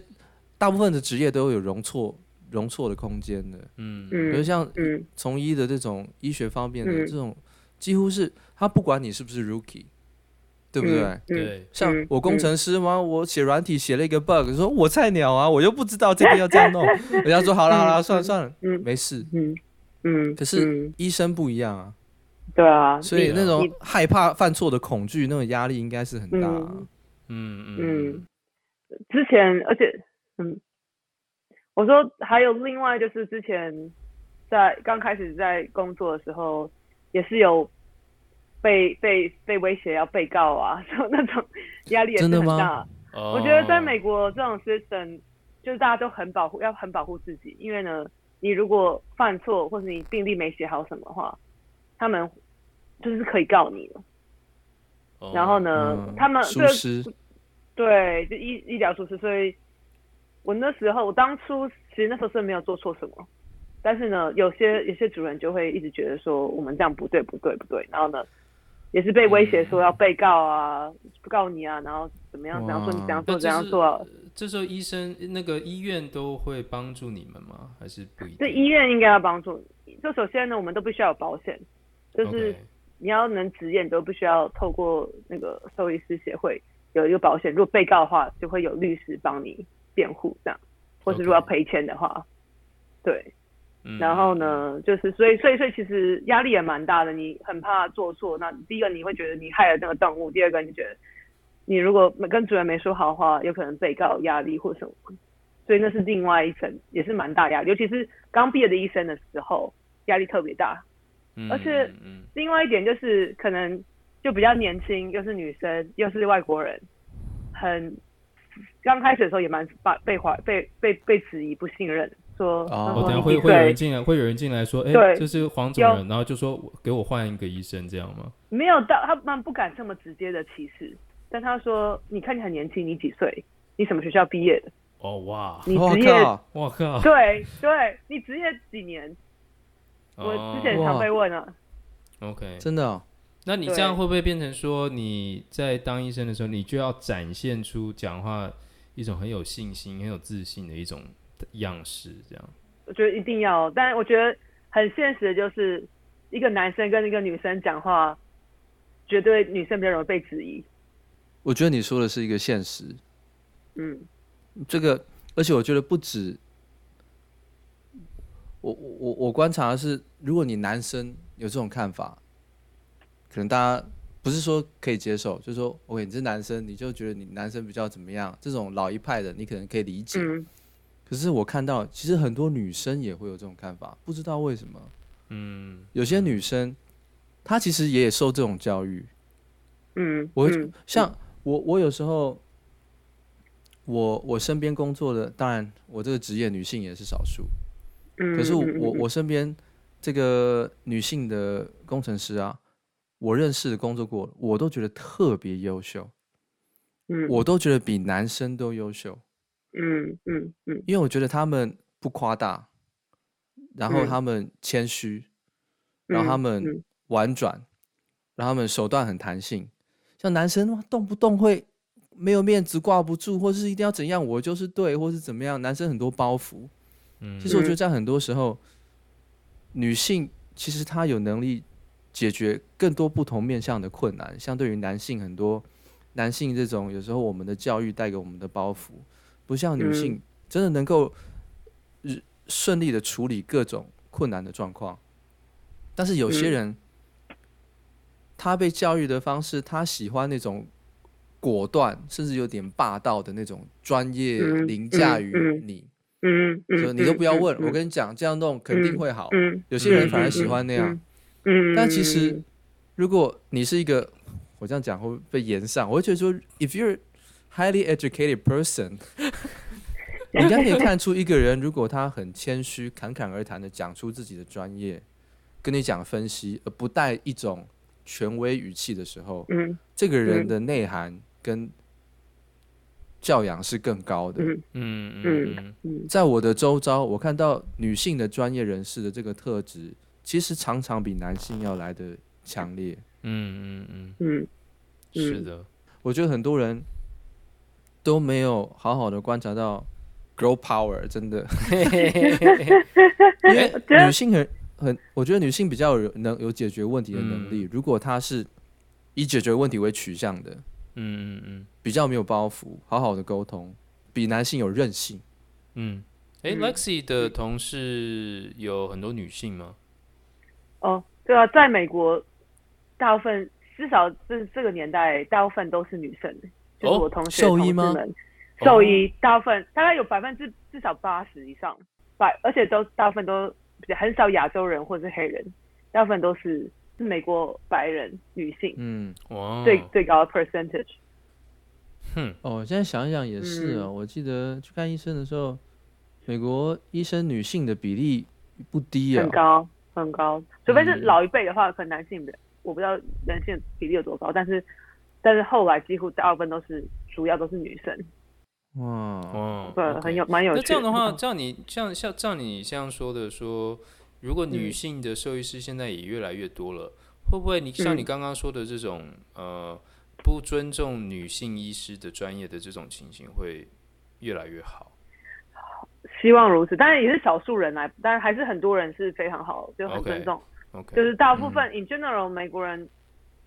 Speaker 1: 大部分的职业都有容错容错的空间的，比如
Speaker 4: 嗯
Speaker 1: 像
Speaker 4: 嗯
Speaker 1: 从医的这种医学方面的
Speaker 4: 嗯
Speaker 1: 这种，几乎是他不管你是不是 rookie，对不
Speaker 4: 嗯
Speaker 1: 对？
Speaker 4: 嗯
Speaker 2: 对，
Speaker 1: 像
Speaker 4: 嗯
Speaker 1: 我工
Speaker 4: 嗯
Speaker 1: 程师嘛，我写软体写了一个 bug，说我菜鸟啊，我又不知道这个要这样弄，人家说好了好了，算了算了，
Speaker 4: 嗯
Speaker 1: 没事。
Speaker 4: 嗯嗯，
Speaker 1: 可是
Speaker 4: 嗯
Speaker 1: 医生不一样啊，
Speaker 4: 对啊，
Speaker 1: 所以
Speaker 2: 你
Speaker 1: 那种
Speaker 4: 你
Speaker 1: 害怕犯错的恐惧，那种压力应该是很大啊。
Speaker 4: 嗯
Speaker 2: 嗯嗯
Speaker 4: 嗯之前而且嗯，我说还有另外就是之前在刚开始在工作的时候，也是有被被被威胁要被告啊， 就那种压力也是
Speaker 1: 真的
Speaker 4: 很
Speaker 1: 吗
Speaker 4: 大。
Speaker 2: 哦
Speaker 4: 我觉得在美国这种 system 就是大家都很保护，要很保护自己，因为呢，你如果犯错或者你病历没写好什么的话，他们就是可以告你的。
Speaker 2: 哦
Speaker 4: 然后呢，
Speaker 1: 嗯
Speaker 4: 呃他们
Speaker 1: 疏
Speaker 4: 这
Speaker 1: 失
Speaker 4: 对，就医医疗疏失，所以我那时候我当初其实那时候是没有做错什么，但是呢，有些有些主人就会一直觉得说我们这样不对不对不对，然后呢，也是被威
Speaker 2: 嗯
Speaker 4: 胁说要被告啊，告你啊，然后怎么样怎样说你怎
Speaker 2: 那
Speaker 4: 样
Speaker 2: 嗯
Speaker 4: 做
Speaker 2: 就
Speaker 4: 怎样
Speaker 2: 是
Speaker 4: 做啊，
Speaker 2: 这时候医生那个医院都会帮助你们吗？还是不一定？
Speaker 4: 这医院应该要帮助你。就首先呢，我们都必须要有保险，就是你要能执业，你都必须要透过那个兽医师协会有一个保险。如果被告的话，就会有律师帮你辩护这样，或是如果要
Speaker 2: OK
Speaker 4: 赔钱的话，哦对。啊
Speaker 2: 嗯
Speaker 4: 然后？呢，就是所以所以所以其实压力也蛮大的，你很怕做错。那第一个你会觉得你害了那个动物，第二个你觉得你如果没跟主人没说好的话，有可能被告压力或什么，所以那是另外一层也是蛮大压力，尤其是刚毕业的医生的时候，压力特别大。
Speaker 2: 嗯
Speaker 4: 而且
Speaker 2: 嗯
Speaker 4: 另外一点就是可能就比较年轻，又是女生，又是外国人，很刚开始的时候也蛮把被怀被被被质疑不信任，说
Speaker 1: 哦
Speaker 4: 然
Speaker 2: 哦，
Speaker 4: 后
Speaker 2: 等一下会
Speaker 4: 你几
Speaker 2: 会有
Speaker 4: 岁
Speaker 2: 人进来，会有人进来说，哎、
Speaker 4: 对
Speaker 2: 这是黄种
Speaker 4: 有
Speaker 2: 人，然后就说我给我换一个医生这样吗？
Speaker 4: 没有到，他们不敢这么直接的歧视，但他说：“你看你很年轻，你几岁？你什么学校毕业的？
Speaker 2: 哦哇，
Speaker 4: 你
Speaker 1: 哇
Speaker 4: 职业
Speaker 1: 靠
Speaker 2: 我靠！
Speaker 4: 对对，你职业几年？”我
Speaker 2: 哦
Speaker 4: 之前常被问啊，
Speaker 2: OK，
Speaker 1: 真的哦、
Speaker 2: 那你
Speaker 4: 对
Speaker 2: 这样会不会变成说，你在当医生的时候，你就要展现出讲话一种很有信心、很有自信的一种样式，这样？
Speaker 4: 我觉得一定要，哦但我觉得很现实的就是，一个男生跟一个女生讲话，绝对女生比较容易被质疑。
Speaker 1: 我觉得你说的是一个现实，
Speaker 4: 嗯，
Speaker 1: 这个，而且我觉得不止，我我我我观察的是，如果你男生有这种看法，可能大家不是说可以接受，就是说，OK，你是男生，你就觉得你男生比较怎么样，这种老一派的，你可能可以理解。
Speaker 4: 嗯，
Speaker 1: 可是我看到，其实很多女生也会有这种看法，不知道为什么。
Speaker 2: 嗯，
Speaker 1: 有些女生，她其实也受这种教育，
Speaker 4: 嗯，
Speaker 1: 我会
Speaker 4: 嗯
Speaker 1: 像我，我有时候，我我身边工作的，当然我这个职业女性也是少数，
Speaker 4: 嗯，
Speaker 1: 可是我
Speaker 4: 嗯嗯
Speaker 1: 我
Speaker 4: 嗯
Speaker 1: 我身边这个女性的工程师啊，我认识的工作过，我都觉得特别优秀，
Speaker 4: 嗯
Speaker 1: 我都觉得比男生都优秀，
Speaker 4: 嗯嗯嗯
Speaker 1: 因为我觉得他们不夸大，然后
Speaker 4: 嗯
Speaker 1: 他们谦虚，然后他
Speaker 4: 嗯
Speaker 1: 们
Speaker 4: 嗯
Speaker 1: 婉转，然后他们手段很弹性。像男生哇，动不动会没有面子挂不住，或是一定要怎样，我就是对，或是怎么样。男生很多包袱，
Speaker 2: 嗯
Speaker 1: 其实我觉得
Speaker 4: 嗯
Speaker 1: 在很多时候，女性其实她有能力解决更多不同面向的困难，相对于男性很多，男性这种有时候我们的教育带给我们的包袱，不像
Speaker 4: 嗯
Speaker 1: 女性真的能够呃顺利的处理各种困难的状况。但是有些
Speaker 4: 嗯
Speaker 1: 人，他被教育的方式，他喜欢那种果断，甚至有点霸道的那种专业
Speaker 4: 嗯
Speaker 1: 凌驾
Speaker 4: 嗯
Speaker 1: 于
Speaker 4: 嗯
Speaker 1: 你。
Speaker 4: 嗯嗯，
Speaker 1: 说你都不要问，
Speaker 4: 嗯
Speaker 1: 我跟你讲，这样弄肯定会好。
Speaker 4: 嗯，
Speaker 1: 有些人
Speaker 4: 嗯
Speaker 1: 反而
Speaker 4: 嗯
Speaker 1: 喜欢那样
Speaker 4: 嗯。嗯，
Speaker 1: 但其实，如果你是一个，我这样讲会不会被延上，我会觉得说，if you're highly educated person，你应该可以看出一个人，如果他很谦虚、侃侃而谈的讲出自己的专业，跟你讲分析，而不带一种权威语气的时候，
Speaker 4: 嗯
Speaker 1: 这个人
Speaker 4: 嗯
Speaker 1: 的内涵跟教养是更高的。
Speaker 4: 嗯
Speaker 2: 嗯
Speaker 4: 嗯
Speaker 2: 嗯
Speaker 4: 嗯
Speaker 1: 在我的周遭，我看到女性的专业人士的这个特质，其实常常比男性要来的强烈。
Speaker 2: 嗯嗯嗯，
Speaker 4: 嗯
Speaker 2: 是的，
Speaker 1: 我觉得很多人都没有好好的观察到 girl power，真的，因为女性很很，我觉得女性比较有能有解决问题的能力。如果她是以解决问题为取向的，
Speaker 2: 嗯嗯嗯
Speaker 1: 比较没有包袱，好好的沟通，比男性有韧性。
Speaker 2: 嗯。哎、
Speaker 4: 嗯
Speaker 2: l e x i 的同事有很多女性吗？
Speaker 4: 哦，对啊，在美国，大部分至少这这个年代，大部分都是女生，就是
Speaker 2: 哦
Speaker 4: 我同学
Speaker 1: 兽医
Speaker 4: 同事
Speaker 1: 吗
Speaker 4: 们，兽医大部分大概有百分之至少八十以上，百而且都大部分都很少亚洲人或是黑人，大部分都是是美国白人女性、
Speaker 1: 嗯，
Speaker 2: 哇，
Speaker 4: 最最高的 percentage。
Speaker 2: 哼，
Speaker 1: 哦，现在想一想也是
Speaker 4: 嗯
Speaker 1: 哦。我记得去看医生的时候，美国医生女性的比例不低啊、
Speaker 4: 很高很高，除非是老一辈的话，可能男性的我不知道男性的比例有多高，但是但是后来几乎大部分都是主要都是女生，
Speaker 1: 哇，
Speaker 2: 哇，
Speaker 4: 对，
Speaker 2: OK
Speaker 4: 很有蛮有趣
Speaker 2: 那
Speaker 4: 的。
Speaker 2: 这样的话，照你像像照你这样说的说，如果女
Speaker 4: 嗯
Speaker 2: 性的兽医师现在也越来越多了，会不会你像你
Speaker 4: 嗯
Speaker 2: 刚刚说的这种、呃不尊重女性医师的专业的这种情形会越来越好？
Speaker 4: 希望如此，当然也是少数人来，但还是很多人是非常好，就很
Speaker 2: OK
Speaker 4: 尊重
Speaker 2: OK，
Speaker 4: 就是大部
Speaker 2: 嗯
Speaker 4: 分、in general 美国人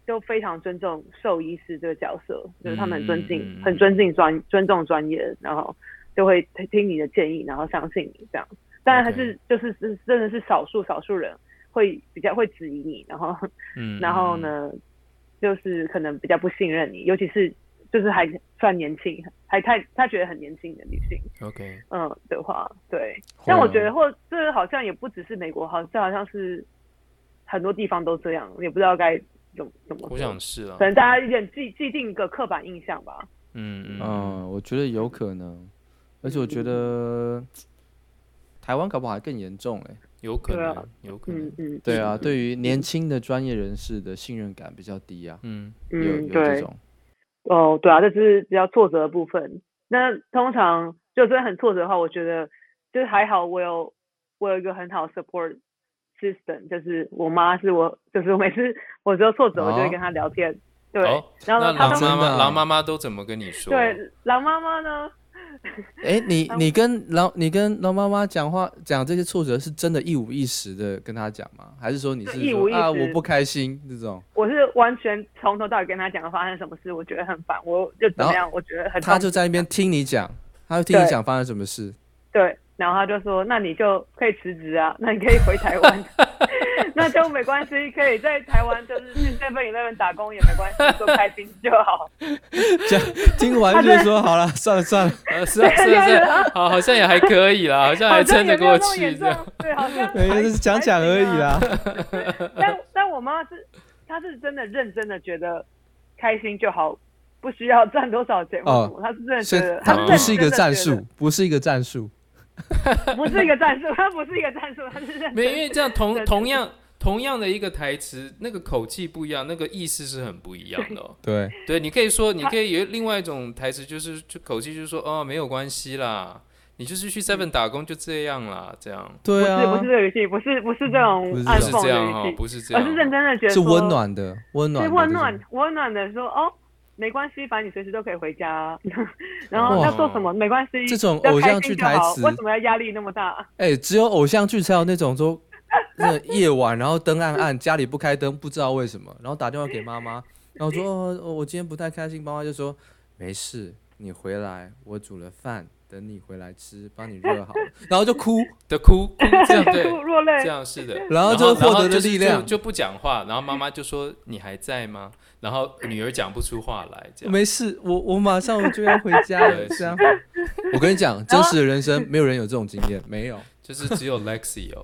Speaker 4: 都非常尊重兽医师这个角色，就是他们很尊敬、
Speaker 2: 嗯嗯嗯
Speaker 4: 很尊敬专尊重专业，然后就会听听你的建议，然后相信你这样。当然还是就是是真的是少数少数人会比较会质疑你，然后
Speaker 2: 嗯，
Speaker 4: 然后呢，就是可能比较不信任你，尤其是就是还算年轻，还太他觉得很年轻的女性。
Speaker 2: 嗯？OK，
Speaker 4: 嗯的话，对。
Speaker 1: 会啊
Speaker 4: 但我
Speaker 1: 吗
Speaker 4: 觉得或这好像也不只是美国，好这好像是很多地方都这样，也不知道该怎么怎么
Speaker 2: 我
Speaker 4: 说。
Speaker 2: 想是了
Speaker 4: 可，能大家有点既既定一个刻板印象吧。
Speaker 2: 嗯嗯
Speaker 1: 嗯，我觉得有可能，而且我觉得台湾搞不好还更严重哎、
Speaker 2: 有可
Speaker 4: 对啊
Speaker 2: 能，有可
Speaker 4: 嗯
Speaker 2: 能，
Speaker 4: 嗯，
Speaker 1: 对啊，对于年轻的专业人士的信任感比较低啊，
Speaker 2: 嗯
Speaker 1: 有
Speaker 4: 嗯
Speaker 1: 有这
Speaker 4: 对。
Speaker 1: 种，
Speaker 4: 哦，对啊，这是比较挫折的部分。那通常就真的很挫折的话，我觉得就是还好，我有我有一个很好的 support system，就是我妈是我，就是我每次我只要挫折，我就会跟她聊天。对，
Speaker 2: 哦，
Speaker 4: 然后
Speaker 2: 那
Speaker 4: 呢她
Speaker 2: 狼
Speaker 4: 都
Speaker 1: 真
Speaker 2: 妈
Speaker 1: 的啊
Speaker 2: 妈狼妈妈都怎么跟你说？
Speaker 4: 对狼妈妈呢，
Speaker 1: 哎、你
Speaker 4: 啊
Speaker 1: 你跟老你跟老妈妈讲话讲这些挫折是真的一五一十的跟她讲吗？还是说你
Speaker 4: 对
Speaker 1: 是
Speaker 4: 一
Speaker 1: 说
Speaker 4: 五一
Speaker 1: 啊
Speaker 4: 十
Speaker 1: 我不开心这种？
Speaker 4: 我是完全从头到尾跟他讲发生什么事，我觉得很烦，我就怎么
Speaker 1: 然
Speaker 4: 样，我觉得很
Speaker 1: 她
Speaker 4: 痛
Speaker 1: 就
Speaker 4: 苦
Speaker 1: 在那边听你讲，她就听你
Speaker 4: 对
Speaker 1: 讲发生什么事。
Speaker 4: 对，然后他就说，那你就可以辞职啊，那你可以回 台湾，那就没关系，可以在台湾就是去这份你那边打工也没关系，做开心就好。
Speaker 1: 讲听完就说好了，算了 算了，
Speaker 2: 呃， 是啊，是啊，是啊，好，好像也还可以啦，好像
Speaker 4: 好
Speaker 2: 还
Speaker 4: 像
Speaker 2: 撑
Speaker 4: 也
Speaker 2: 得
Speaker 4: 没有
Speaker 2: 过
Speaker 4: 那么
Speaker 2: 去
Speaker 4: 严
Speaker 2: 这
Speaker 4: 重
Speaker 2: 样。，
Speaker 4: 对，好像
Speaker 1: 没
Speaker 4: 还
Speaker 1: 哎就是讲讲而已。啦
Speaker 4: 还。行啊 但但我妈是，她是真的认真的觉得开心就好，不需要赚多少钱，
Speaker 1: 哦
Speaker 4: 她是真的
Speaker 1: 所
Speaker 4: 觉
Speaker 1: 以
Speaker 4: 得，
Speaker 1: 它
Speaker 4: 她
Speaker 1: 不是一个
Speaker 4: 认真地觉得
Speaker 1: 战术，不是一个战术。
Speaker 4: 不是一个战术，他不是一个战术，他是认真
Speaker 2: 没有，因为这样同
Speaker 4: 对
Speaker 2: 同样同样的一个台词，那个口气不一样，那个意思是很不一样的、哦。
Speaker 1: 对，
Speaker 2: 对，你可以 说，你可以有另外一种台词，就是就口气就是说，哦，没有关系啦，你就是
Speaker 4: 嗯
Speaker 2: 去 seven 打工就这样啦，这样
Speaker 1: 对啊，
Speaker 4: 不是不是这个语气，不是不是这种
Speaker 1: 不是
Speaker 4: 暗
Speaker 2: 嗯不是
Speaker 4: 讽
Speaker 2: 这样
Speaker 4: 的
Speaker 2: 哈、
Speaker 4: 语
Speaker 2: 不是
Speaker 4: 气，
Speaker 2: 这
Speaker 4: 而
Speaker 2: 样、
Speaker 4: 是认真的觉得
Speaker 1: 是
Speaker 4: 说
Speaker 1: 温，暖的，温暖，
Speaker 4: 对温暖，温暖的说哦。没关系，反正你随时都可以回家， 然后
Speaker 1: 哇
Speaker 4: 要做什么没关系，
Speaker 1: 这种
Speaker 4: 只要
Speaker 1: 偶
Speaker 4: 开
Speaker 1: 像
Speaker 4: 心
Speaker 1: 剧
Speaker 4: 就
Speaker 1: 台
Speaker 4: 好
Speaker 1: 词
Speaker 4: 为什么要压力那么
Speaker 2: 啊
Speaker 4: 大？
Speaker 1: 哎、只有偶像剧才有那种说，那夜晚然后灯暗暗，家里不开灯，不知道为什么，然后打电话给妈妈，然后说、哦、哦我今天不太开心，妈妈就说没事，你回来，我煮了饭，等你回来吃，帮你热好了，然后就哭，
Speaker 2: 的哭哭这 样对。
Speaker 4: 落落
Speaker 2: 这
Speaker 4: 泪，
Speaker 2: 样是 的，
Speaker 1: 然后就获得了
Speaker 2: 就是
Speaker 1: 力量
Speaker 2: 就就不讲话，然后妈妈就说你还在吗？然后女儿讲不出话来，这样
Speaker 1: 没事，我我马上我就要回家了，
Speaker 2: 对是
Speaker 1: 这样。我跟你讲，真实的人生没有人有这种经验，没有，
Speaker 2: 就是只有 Lexi 哦，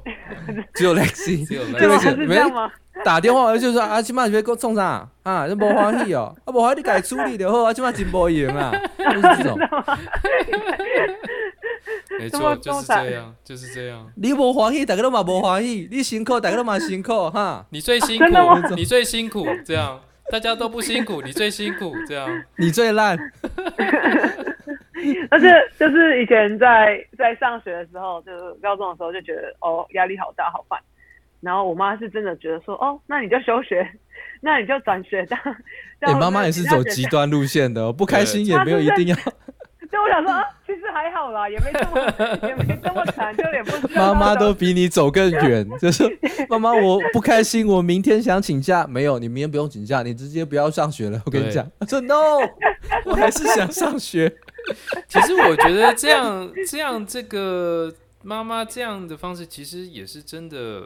Speaker 1: 只有 Lexi，
Speaker 2: 只有
Speaker 1: 对
Speaker 4: 对吗？
Speaker 1: 不起
Speaker 2: Lexi
Speaker 4: 是这样吗？
Speaker 1: 打电话就说啊，即摆是要搁创啥 啊？你无欢喜哦，啊无欢喜你家己处理就好啊，即摆真无用 啊，就是这种。
Speaker 2: 没
Speaker 4: 这
Speaker 2: 错，
Speaker 4: 么
Speaker 2: 就是
Speaker 4: 中
Speaker 2: 这
Speaker 4: 产
Speaker 2: 样，就是这样。
Speaker 1: 你无欢喜，大家都嘛无欢喜；你辛苦，大家都嘛辛苦哈。
Speaker 2: 你最辛
Speaker 4: 啊真的吗
Speaker 2: 苦，你最辛苦，这样大家都不辛苦，你最辛苦，这样
Speaker 1: 你最烂，
Speaker 4: 而且就是以前在在上学的时候，就是高中的时候就觉得哦压力好大好烦，然后我妈是真的觉得说哦那你就休学， 那你就转学当。
Speaker 1: 你
Speaker 4: 当
Speaker 1: 哎妈妈也是走极
Speaker 4: 极
Speaker 1: 端
Speaker 4: 端。
Speaker 1: 路线的哦，不开心也没有一定要。
Speaker 4: 对，我想说，啊，其实还好啦，也没这么也没这么惨，就也不是
Speaker 1: 妈妈都比你走更远， 就是妈妈我不开心，我明天想请假，没有，你明天不用请假，你直接不要上学了。我跟你
Speaker 2: 对
Speaker 1: 讲，她说 no，我还是想上学。
Speaker 2: 其实我觉得这样这样这个妈妈这样的方式，其实也是真的，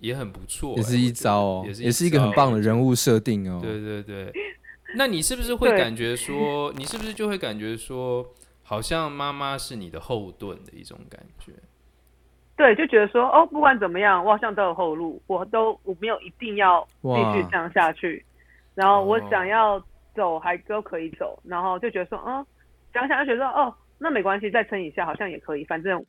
Speaker 2: 也很不错 欸，
Speaker 1: 也是一招
Speaker 2: 我
Speaker 1: 哦
Speaker 2: 觉得，也是
Speaker 1: 也是一个很
Speaker 2: 招哎
Speaker 1: 棒的人物设定哦。
Speaker 2: 对对对，那你是不是会
Speaker 4: 对
Speaker 2: 感觉说，你是不是就会感觉说，好像妈妈是你的后盾的一种感觉？
Speaker 4: 对，就觉得说哦，不管怎么样，我好像都有后路，我都我没有一定要继续这样下去，然后我
Speaker 2: 哦
Speaker 4: 想要走还都可以走，然后就觉得说，嗯，想想就觉得哦，那没关系，再撑一下好像也可以，反正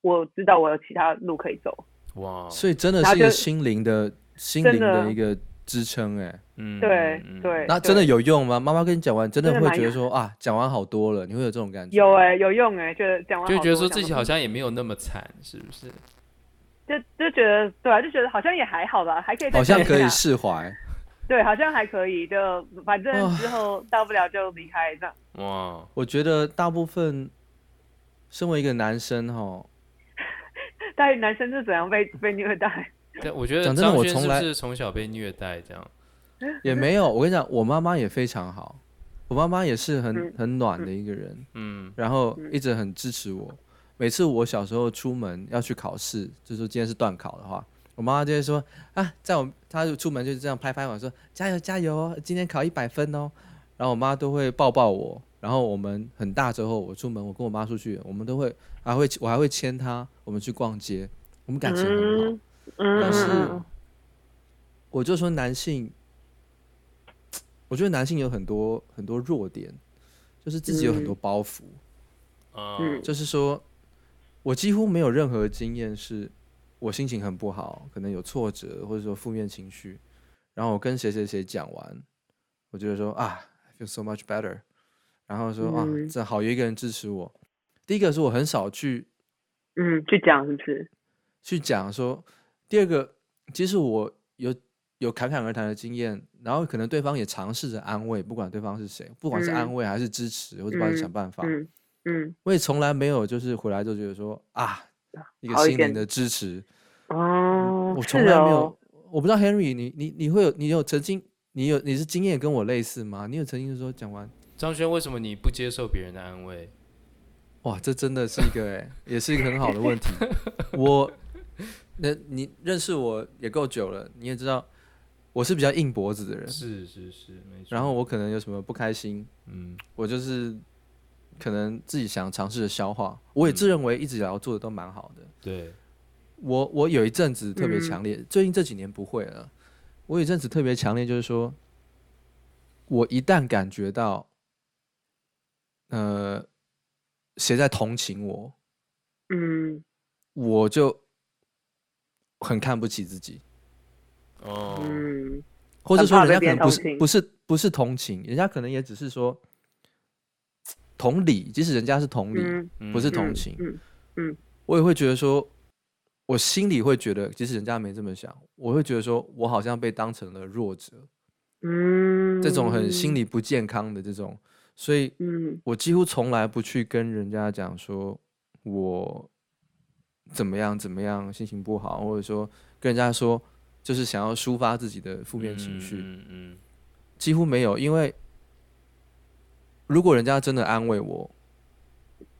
Speaker 4: 我知道我有其他路可以走。
Speaker 2: 哇，
Speaker 1: 所以真的
Speaker 4: 然后
Speaker 1: 是一个
Speaker 4: 就
Speaker 1: 心灵的心灵
Speaker 4: 真
Speaker 1: 的
Speaker 4: 的
Speaker 1: 一个支撑哎、
Speaker 2: 嗯，
Speaker 4: 对
Speaker 2: 嗯
Speaker 4: 对
Speaker 1: 那真的有用吗？妈妈跟你讲完，真的
Speaker 4: 真的
Speaker 1: 会
Speaker 4: 蛮
Speaker 1: 觉得
Speaker 4: 有
Speaker 1: 说啊，讲完好多了，你会有这种感觉？
Speaker 4: 有哎、有用哎、觉得讲完
Speaker 2: 就
Speaker 4: 好
Speaker 2: 觉得
Speaker 4: 多
Speaker 2: 说自己好
Speaker 4: 想
Speaker 2: 像也没有那么惨，是不是？
Speaker 4: 就就觉得对啊，就觉得好像也还好吧，还可以再
Speaker 1: 好像
Speaker 4: 撑一
Speaker 1: 可以
Speaker 4: 下
Speaker 1: 释怀。
Speaker 4: 对，好像还可以，就反正
Speaker 1: 哇
Speaker 4: 之后大不了就离开这样。
Speaker 2: 哇，
Speaker 1: 我觉得大部分身为一个男生哦哈，
Speaker 4: 但男生是怎样被被虐待？
Speaker 2: 但我觉得
Speaker 1: 讲真的
Speaker 2: 张
Speaker 1: 我
Speaker 2: 轩
Speaker 1: 从
Speaker 2: 是不
Speaker 1: 来
Speaker 2: 是从小被虐待这样？
Speaker 1: 也没有。我跟你讲，我妈妈也非常好，我妈妈也是很
Speaker 4: 嗯
Speaker 1: 很暖的一个人，
Speaker 2: 嗯
Speaker 1: 然后一直很支持我。每次我小时候出门要去考试，就说今天是断考的话，我妈妈就会说啊，在我她就出门就是这样拍拍我说加油加油哦，今天考一百分哦。然后我妈都会抱抱我，然后我们很大之后，我出门我跟我妈出去，我们都会还会我还会牵她，我们去逛街，我 们感情很好。
Speaker 4: 嗯嗯
Speaker 1: 但是
Speaker 4: 嗯嗯
Speaker 1: 我就说男性，我觉得男性有很多很多弱点，就是自己有很多包袱。
Speaker 2: 啊，
Speaker 4: 嗯
Speaker 1: 就是说我几乎没有任何经验是我心情很不好，可能有挫折或者说负面情绪，然后我跟谁谁谁讲完，我就会说啊，I feel so much better，然后说、
Speaker 4: 嗯
Speaker 1: 啊，这好有一个人支持我。第一个是我很少去
Speaker 4: 嗯，去讲是不是？
Speaker 1: 去讲说，第二个，其实我有有侃侃而谈的经验，然后可能对方也尝试着安慰，不管对方是谁，不管是安
Speaker 4: 嗯
Speaker 1: 慰还是支持，或者帮你想办法，
Speaker 4: 嗯嗯
Speaker 1: 我也从来没有就是回来就觉得说啊，一个
Speaker 4: 好
Speaker 1: 心
Speaker 4: 一
Speaker 1: 灵
Speaker 4: 点
Speaker 1: 的支持，
Speaker 4: 哦，
Speaker 1: 嗯我
Speaker 4: 是
Speaker 1: 从来没有，
Speaker 4: 哦
Speaker 1: 我不知道 Henry，你你你会有你有曾经你有你是经验跟我类似吗？你有曾经说讲完
Speaker 2: 张轩为什么你不接受别人的安慰？
Speaker 1: 哇，这真的是一个哎、也是一个很好的问题。我，那你认识我也够久了，你也知道我是比较硬脖子的人，
Speaker 2: 是是是，没错。
Speaker 1: 然后我可能有什么不开心，
Speaker 2: 嗯
Speaker 1: 我就是可能自己想尝试着消化。我也自认为一直以来我做的都蛮好的。
Speaker 2: 对，
Speaker 1: 我我有一阵子特别
Speaker 4: 嗯
Speaker 1: 强烈，最近这几年不会了。我有一阵子特别强烈，就是说，我一旦感觉到，呃，谁在同情我，
Speaker 4: 嗯
Speaker 1: 我就很看不起自己，
Speaker 2: 哦，
Speaker 4: 嗯
Speaker 1: 或者
Speaker 4: 很
Speaker 1: 说
Speaker 4: 怕
Speaker 1: 人家可
Speaker 4: 被别
Speaker 1: 能
Speaker 4: 人
Speaker 1: 不
Speaker 4: 同
Speaker 1: 是
Speaker 4: 情
Speaker 1: 不是不是同情，人家可能也只是说同理，即使人家是同理，
Speaker 4: 嗯，
Speaker 1: 不是
Speaker 2: 嗯
Speaker 1: 同情，
Speaker 4: 嗯
Speaker 1: 我也会觉得说，我心里会觉得，即使人家没这么想，我会觉得说我好像被当成了弱者，
Speaker 4: 嗯，
Speaker 1: 这种很心理不健康的这种，所以
Speaker 4: 嗯
Speaker 1: 我几乎从来不去跟人家讲说我怎么样怎么样，心情不好，或者说跟人家说就是想要抒发自己的负
Speaker 2: 负
Speaker 1: 面情绪，
Speaker 2: 嗯嗯
Speaker 1: 几乎没有，因为如果人家真的安慰我，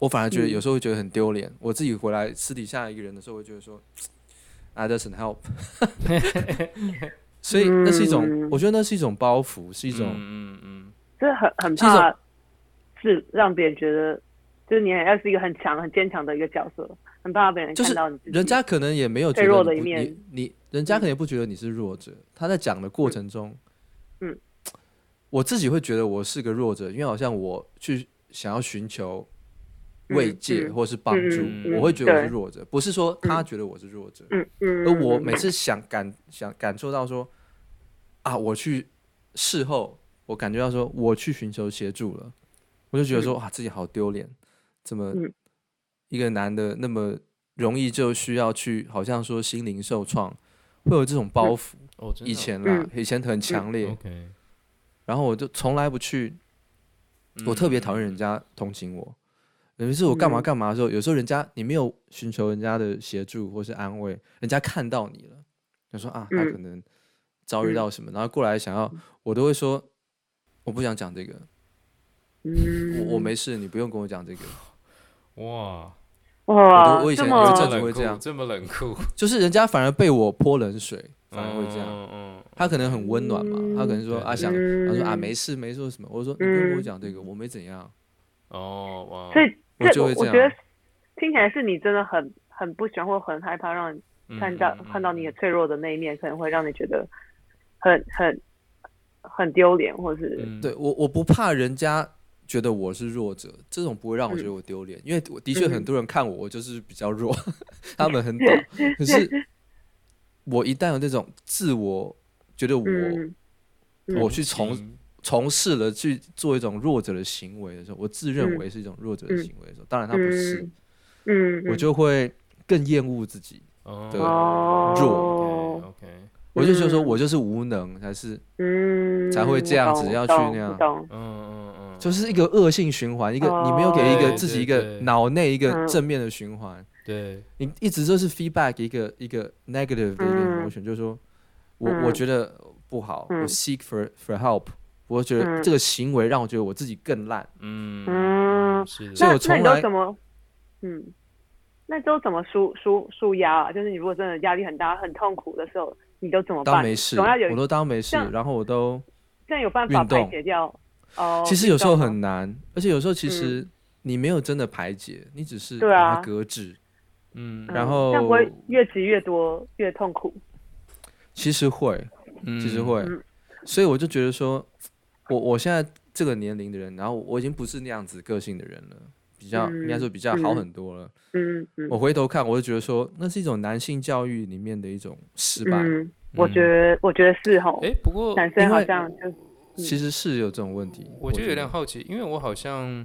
Speaker 1: 我反而觉得
Speaker 4: 嗯
Speaker 1: 有时候会觉得很丢脸。我自己回来私底下一个人的时候，我会觉得说，I doesn't help，所以那是一种，
Speaker 4: 嗯
Speaker 1: 我觉得那是一种包袱，是一
Speaker 2: 一
Speaker 1: 种、
Speaker 2: 嗯嗯
Speaker 4: 这很很
Speaker 1: 是一种
Speaker 4: 怕是让别人觉得，就是你很要是一个很强、很坚强的一个角色，很怕被人
Speaker 1: 就是
Speaker 4: 看到你自己。
Speaker 1: 人家可能也没有觉
Speaker 4: 脆弱
Speaker 1: 得
Speaker 4: 的
Speaker 1: 你
Speaker 4: 一
Speaker 1: 不
Speaker 4: 面
Speaker 1: 你你人家可能也不觉得你是弱者。他在讲的过程中，
Speaker 4: 嗯，
Speaker 1: 我自己会觉得我是个弱者，因为好像我去想要寻求慰
Speaker 4: 嗯
Speaker 1: 藉
Speaker 4: 嗯
Speaker 1: 或是帮助，
Speaker 2: 嗯嗯
Speaker 1: 我会觉得我是
Speaker 4: 对
Speaker 1: 弱者，不是说他觉得我是弱者，
Speaker 4: 嗯嗯，
Speaker 1: 而我
Speaker 4: 嗯
Speaker 1: 每次想感想感受到说啊，我去事后我感觉到说我去寻求协助了，我就觉得说哇自己好丢脸，怎么
Speaker 4: 嗯
Speaker 1: 一个男的那么容易就需要去好像说心灵受创，会有这种包袱。
Speaker 2: 嗯，哦，真的
Speaker 1: 以
Speaker 2: 哦
Speaker 1: 前啦，
Speaker 4: 嗯
Speaker 1: 以前很强烈，
Speaker 2: OK，
Speaker 1: 然后我就从来不去，我特
Speaker 2: 嗯
Speaker 1: 别讨厌人家同情我。尤其是我干嘛
Speaker 4: 嗯嗯
Speaker 1: 干嘛的时候，有时候人家你没有寻求人家的协助或是安慰，人家看到你了，就说啊，他
Speaker 4: 嗯
Speaker 1: 可能遭遇
Speaker 4: 嗯
Speaker 1: 到什么，然后过来想要，我都会说，我不想讲这个，
Speaker 4: 嗯，
Speaker 1: 我我没事，你不用跟我讲这个。
Speaker 2: 哇，
Speaker 1: 我
Speaker 4: 哇
Speaker 1: 都我以，
Speaker 4: 这
Speaker 1: 前
Speaker 4: 么
Speaker 1: 有一阵子
Speaker 2: 冷
Speaker 1: 会
Speaker 2: 酷
Speaker 1: 这样
Speaker 2: 这么冷酷，
Speaker 1: 就是人家反而被我泼冷水，反而会这样。
Speaker 2: 嗯嗯
Speaker 1: 他可能很温暖嘛，他可能说
Speaker 2: 对
Speaker 1: 啊
Speaker 2: 对
Speaker 1: 想，
Speaker 4: 嗯
Speaker 1: 他说啊没事没事什么，我说你不用跟我
Speaker 4: 嗯
Speaker 1: 讲这个，我没怎样，
Speaker 2: 哦哇，
Speaker 4: 所以
Speaker 1: 我
Speaker 4: 这
Speaker 1: 就
Speaker 4: 我
Speaker 1: 会
Speaker 4: 我
Speaker 1: 这
Speaker 4: 觉得
Speaker 1: 样
Speaker 4: 听起来是你真的很很不喜欢或很害怕让你
Speaker 2: 嗯
Speaker 4: 看到、
Speaker 2: 嗯嗯
Speaker 4: 看到你的脆弱的那一面，可能会让你觉得很很很丢脸，或是、
Speaker 2: 嗯
Speaker 1: 对我我不怕人家觉得我是弱者，这种不会让我觉得我丢脸，因为我的确
Speaker 4: 嗯
Speaker 1: 很多人看我，我就是比较弱， 他们很 懂，可是我一旦有那种自我觉得我、
Speaker 4: 嗯嗯
Speaker 1: 我去从从事了去做一种弱者的行为的时候，我自认为是一种弱者的行为的时候，当然他不是，
Speaker 4: 嗯，
Speaker 1: 我就会更厌恶自己。对
Speaker 2: 哦
Speaker 4: 弱
Speaker 2: OK，
Speaker 1: 我就觉得说
Speaker 4: 嗯
Speaker 1: 我就是无能，还是
Speaker 4: 嗯
Speaker 1: 才会这样子
Speaker 4: 我懂
Speaker 1: 要去
Speaker 4: 我懂
Speaker 1: 那样
Speaker 4: 我懂
Speaker 2: 嗯嗯嗯，
Speaker 1: 就是一个恶性循环，一个
Speaker 4: 哦
Speaker 1: 你没有给一
Speaker 2: 对
Speaker 1: 个
Speaker 2: 对
Speaker 1: 自己一
Speaker 2: 对
Speaker 1: 个
Speaker 2: 对
Speaker 1: 脑内一个
Speaker 4: 嗯
Speaker 1: 正面的循环，
Speaker 2: 对，
Speaker 1: 你一直就是 feedback 一个一个 negative 的一个
Speaker 4: 嗯
Speaker 1: emotion，就是说我
Speaker 4: 嗯
Speaker 1: 我觉得不好，我
Speaker 4: 嗯
Speaker 1: seek for for help，我觉得
Speaker 4: 嗯
Speaker 1: 这个行为让我觉得我自己更烂，
Speaker 2: 嗯
Speaker 4: 嗯
Speaker 2: 是
Speaker 1: 所以
Speaker 2: 的，
Speaker 4: 那
Speaker 1: 我从
Speaker 4: 那你都
Speaker 1: 来
Speaker 4: 怎么？嗯，那都怎么舒舒舒压啊？就是你如果真的压力很大、很痛苦的时候，你都怎么
Speaker 1: 当
Speaker 4: 办？
Speaker 1: 没事，
Speaker 4: 总要有
Speaker 1: 我都当没事
Speaker 4: 这，样
Speaker 1: 然后我都
Speaker 4: 这样有办法
Speaker 1: 运动
Speaker 4: 排解掉。哦，
Speaker 1: 其实有时候
Speaker 4: 运动
Speaker 1: 很
Speaker 4: 吗
Speaker 1: 难，而且有时候其实你没有真的排解，你只是
Speaker 4: 嗯对
Speaker 1: 把它
Speaker 4: 啊
Speaker 1: 搁置，
Speaker 2: 嗯
Speaker 1: 然
Speaker 4: 嗯
Speaker 1: 后
Speaker 4: 这样不会越积越多越痛苦。
Speaker 1: 其实会。其实，会
Speaker 4: 嗯，
Speaker 1: 所以我就觉得说，我我现在这个年龄的人，然后我已经不是那样子个性的人了，比较应该说比较好
Speaker 4: 嗯
Speaker 1: 很多了。
Speaker 4: 嗯嗯
Speaker 1: 我回头看，我就觉得说，那是一种男性教育里面的一种失败，
Speaker 4: 嗯，我觉得我觉得是吼，
Speaker 2: 哎，不过
Speaker 4: 男生
Speaker 1: 因为
Speaker 4: 好像就
Speaker 2: 哦
Speaker 1: 其实是有这种问题。
Speaker 2: 我就有点
Speaker 1: 觉
Speaker 2: 好奇，因为我好像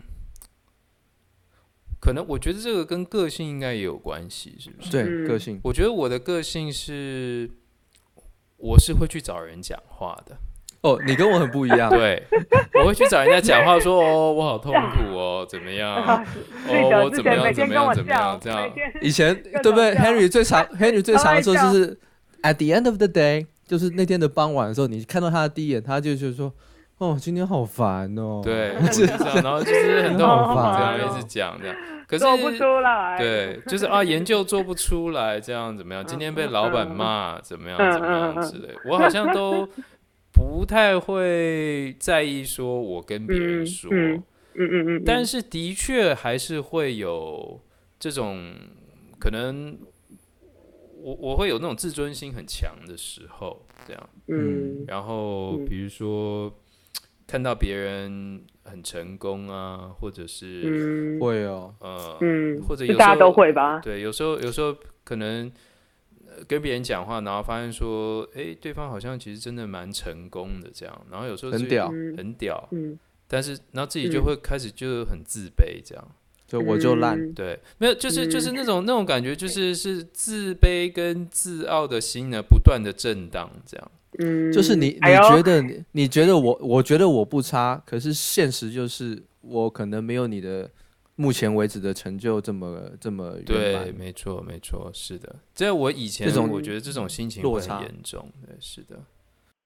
Speaker 2: 可能我觉得这个跟个性应该也有关系，是不
Speaker 1: 得
Speaker 2: 是？
Speaker 1: 对
Speaker 4: 嗯
Speaker 1: 个性，
Speaker 2: 我觉得我的个性是，我是会去找人讲话的。
Speaker 1: 哦，你跟我很不一 样，
Speaker 2: 对，我会去找人家讲话说，哦，我好痛苦哦，怎么样？
Speaker 4: 啊 睡
Speaker 2: 哦，
Speaker 4: 着
Speaker 2: 我
Speaker 4: 之
Speaker 2: 怎么
Speaker 4: 前
Speaker 2: 样？
Speaker 4: 每
Speaker 2: 怎
Speaker 4: 天
Speaker 2: 么
Speaker 4: 跟我
Speaker 2: 样？怎么样？
Speaker 4: 笑，
Speaker 2: 这
Speaker 4: 每
Speaker 2: 样，
Speaker 4: 天
Speaker 1: 以前
Speaker 4: 各
Speaker 1: 对不对
Speaker 4: 种笑
Speaker 1: ？Henry 最 常，Henry 最常说就
Speaker 4: 超爱
Speaker 1: 是 at the end of the day，就是那天的傍晚的时候，你看到他的第一眼，他就觉得说，哦，今天好烦哦。
Speaker 2: 对，就是这样，然后就是很痛苦，这样一直讲 这样。可是
Speaker 4: 做不哎出来。
Speaker 2: 对，就是啊，研究做不出来，这样怎么样？今天被老板骂，怎么样？
Speaker 4: 嗯
Speaker 2: 怎么
Speaker 4: 嗯
Speaker 2: 样
Speaker 4: 嗯嗯
Speaker 2: 之类。我好像都不太会在意，说我跟别人
Speaker 4: 嗯
Speaker 2: 说，
Speaker 4: 嗯嗯，嗯嗯嗯，
Speaker 2: 但是的确还是会有这种可能我，我会有那种自尊心很强的时候，这样。
Speaker 4: 嗯
Speaker 2: 然后
Speaker 4: 嗯
Speaker 2: 比如说看到别人很成功啊，或者是、
Speaker 4: 嗯
Speaker 1: 会哦，
Speaker 2: 呃，
Speaker 4: 嗯，
Speaker 2: 或者
Speaker 4: 就
Speaker 2: 有
Speaker 4: 大家
Speaker 2: 时候
Speaker 4: 都会吧？
Speaker 2: 对，有时候有时候可能、呃跟别人讲话，然后发现说，哎，对方好像其实真的蛮成功的这样，然后有时候
Speaker 1: 很
Speaker 2: 自己
Speaker 1: 屌
Speaker 4: 嗯
Speaker 2: 很屌，
Speaker 4: 嗯，
Speaker 2: 但是然后自己就
Speaker 4: 嗯
Speaker 2: 会开始就很自卑这样。
Speaker 1: 就我就烂。
Speaker 4: 嗯
Speaker 2: 对，没有，就是就是
Speaker 4: 嗯
Speaker 2: 那种那种感觉，就是是自卑跟自傲的心呢，不断的震荡，这样。
Speaker 4: 嗯，
Speaker 1: 就是你，
Speaker 4: 哎
Speaker 1: 你
Speaker 4: 呦
Speaker 1: 觉得你，你觉得我，我觉得我不差，可是现实就是我可能没有你的目前为止的成就这么这么圆
Speaker 2: 对，
Speaker 1: 满。
Speaker 2: 没错，没错，是的。这我以前
Speaker 1: 这种
Speaker 2: 我觉得这种心情
Speaker 1: 落
Speaker 2: 会
Speaker 1: 差
Speaker 2: 很严重，对，是的，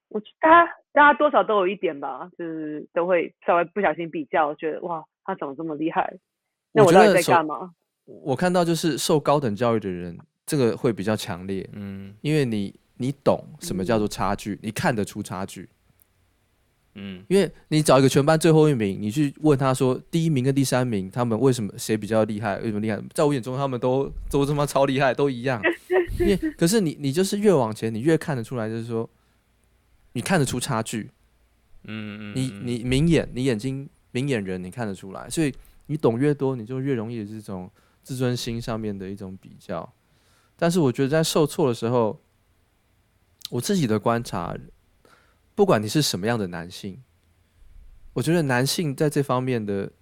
Speaker 4: 我大家大家多少都有一点吧，就是都会稍微不小心比较，觉得哇，他怎么这么厉害？那
Speaker 1: 我
Speaker 4: 到
Speaker 1: 觉
Speaker 4: 底
Speaker 1: 得
Speaker 4: 在
Speaker 1: 首
Speaker 4: 干嘛？
Speaker 1: 我看到就是受高等教育的人，这个会比较强烈，
Speaker 2: 嗯
Speaker 1: 因为你你懂什么
Speaker 4: 嗯
Speaker 1: 叫做差距，你看得出差距。
Speaker 2: 嗯
Speaker 1: 因为你找一个全班最后一名，你去问他说第一名跟第三名他们为什么谁比较厉害，为什么厉害？在我眼中他们都都他妈超厉害，都一样。因为可是你你就是越往前，你越看得出来，就是说你看得出差距，
Speaker 2: 嗯嗯，
Speaker 1: 你
Speaker 2: 嗯
Speaker 1: 你明眼，你眼睛明眼人，你看得出来，所以你懂越多，你就越容易有这种自尊心上面的一种比较。但是我觉得在受挫的时候，我自己的观察，不管你是什么样的男性，我觉得男性在这方面的，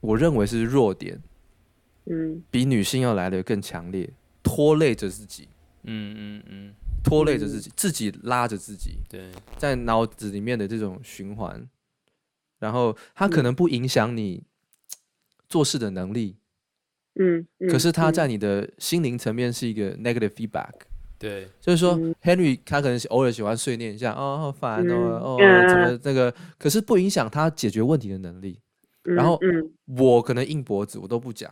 Speaker 1: 我认为是弱点，
Speaker 4: 嗯
Speaker 1: 比女性要来的更强烈，拖累着自己，
Speaker 2: 嗯嗯嗯，
Speaker 1: 拖累着自己，自己拉着自己。
Speaker 2: 对，
Speaker 1: 在脑子里面的这种循环，然后它可能不影响你做事的能力，
Speaker 4: 嗯，嗯
Speaker 1: 可是它
Speaker 4: 嗯
Speaker 1: 在你的心灵层面是一个 negative feedback。
Speaker 2: 对，
Speaker 1: 就是说
Speaker 4: 嗯
Speaker 1: ，Henry 他可能偶尔喜欢碎念一下，哦，好烦哦，哦，
Speaker 4: 嗯
Speaker 1: 怎么那个，可是不影响他解决问题的能力。
Speaker 4: 嗯
Speaker 1: 然后
Speaker 4: 嗯
Speaker 1: 我可能硬脖子，我都不讲，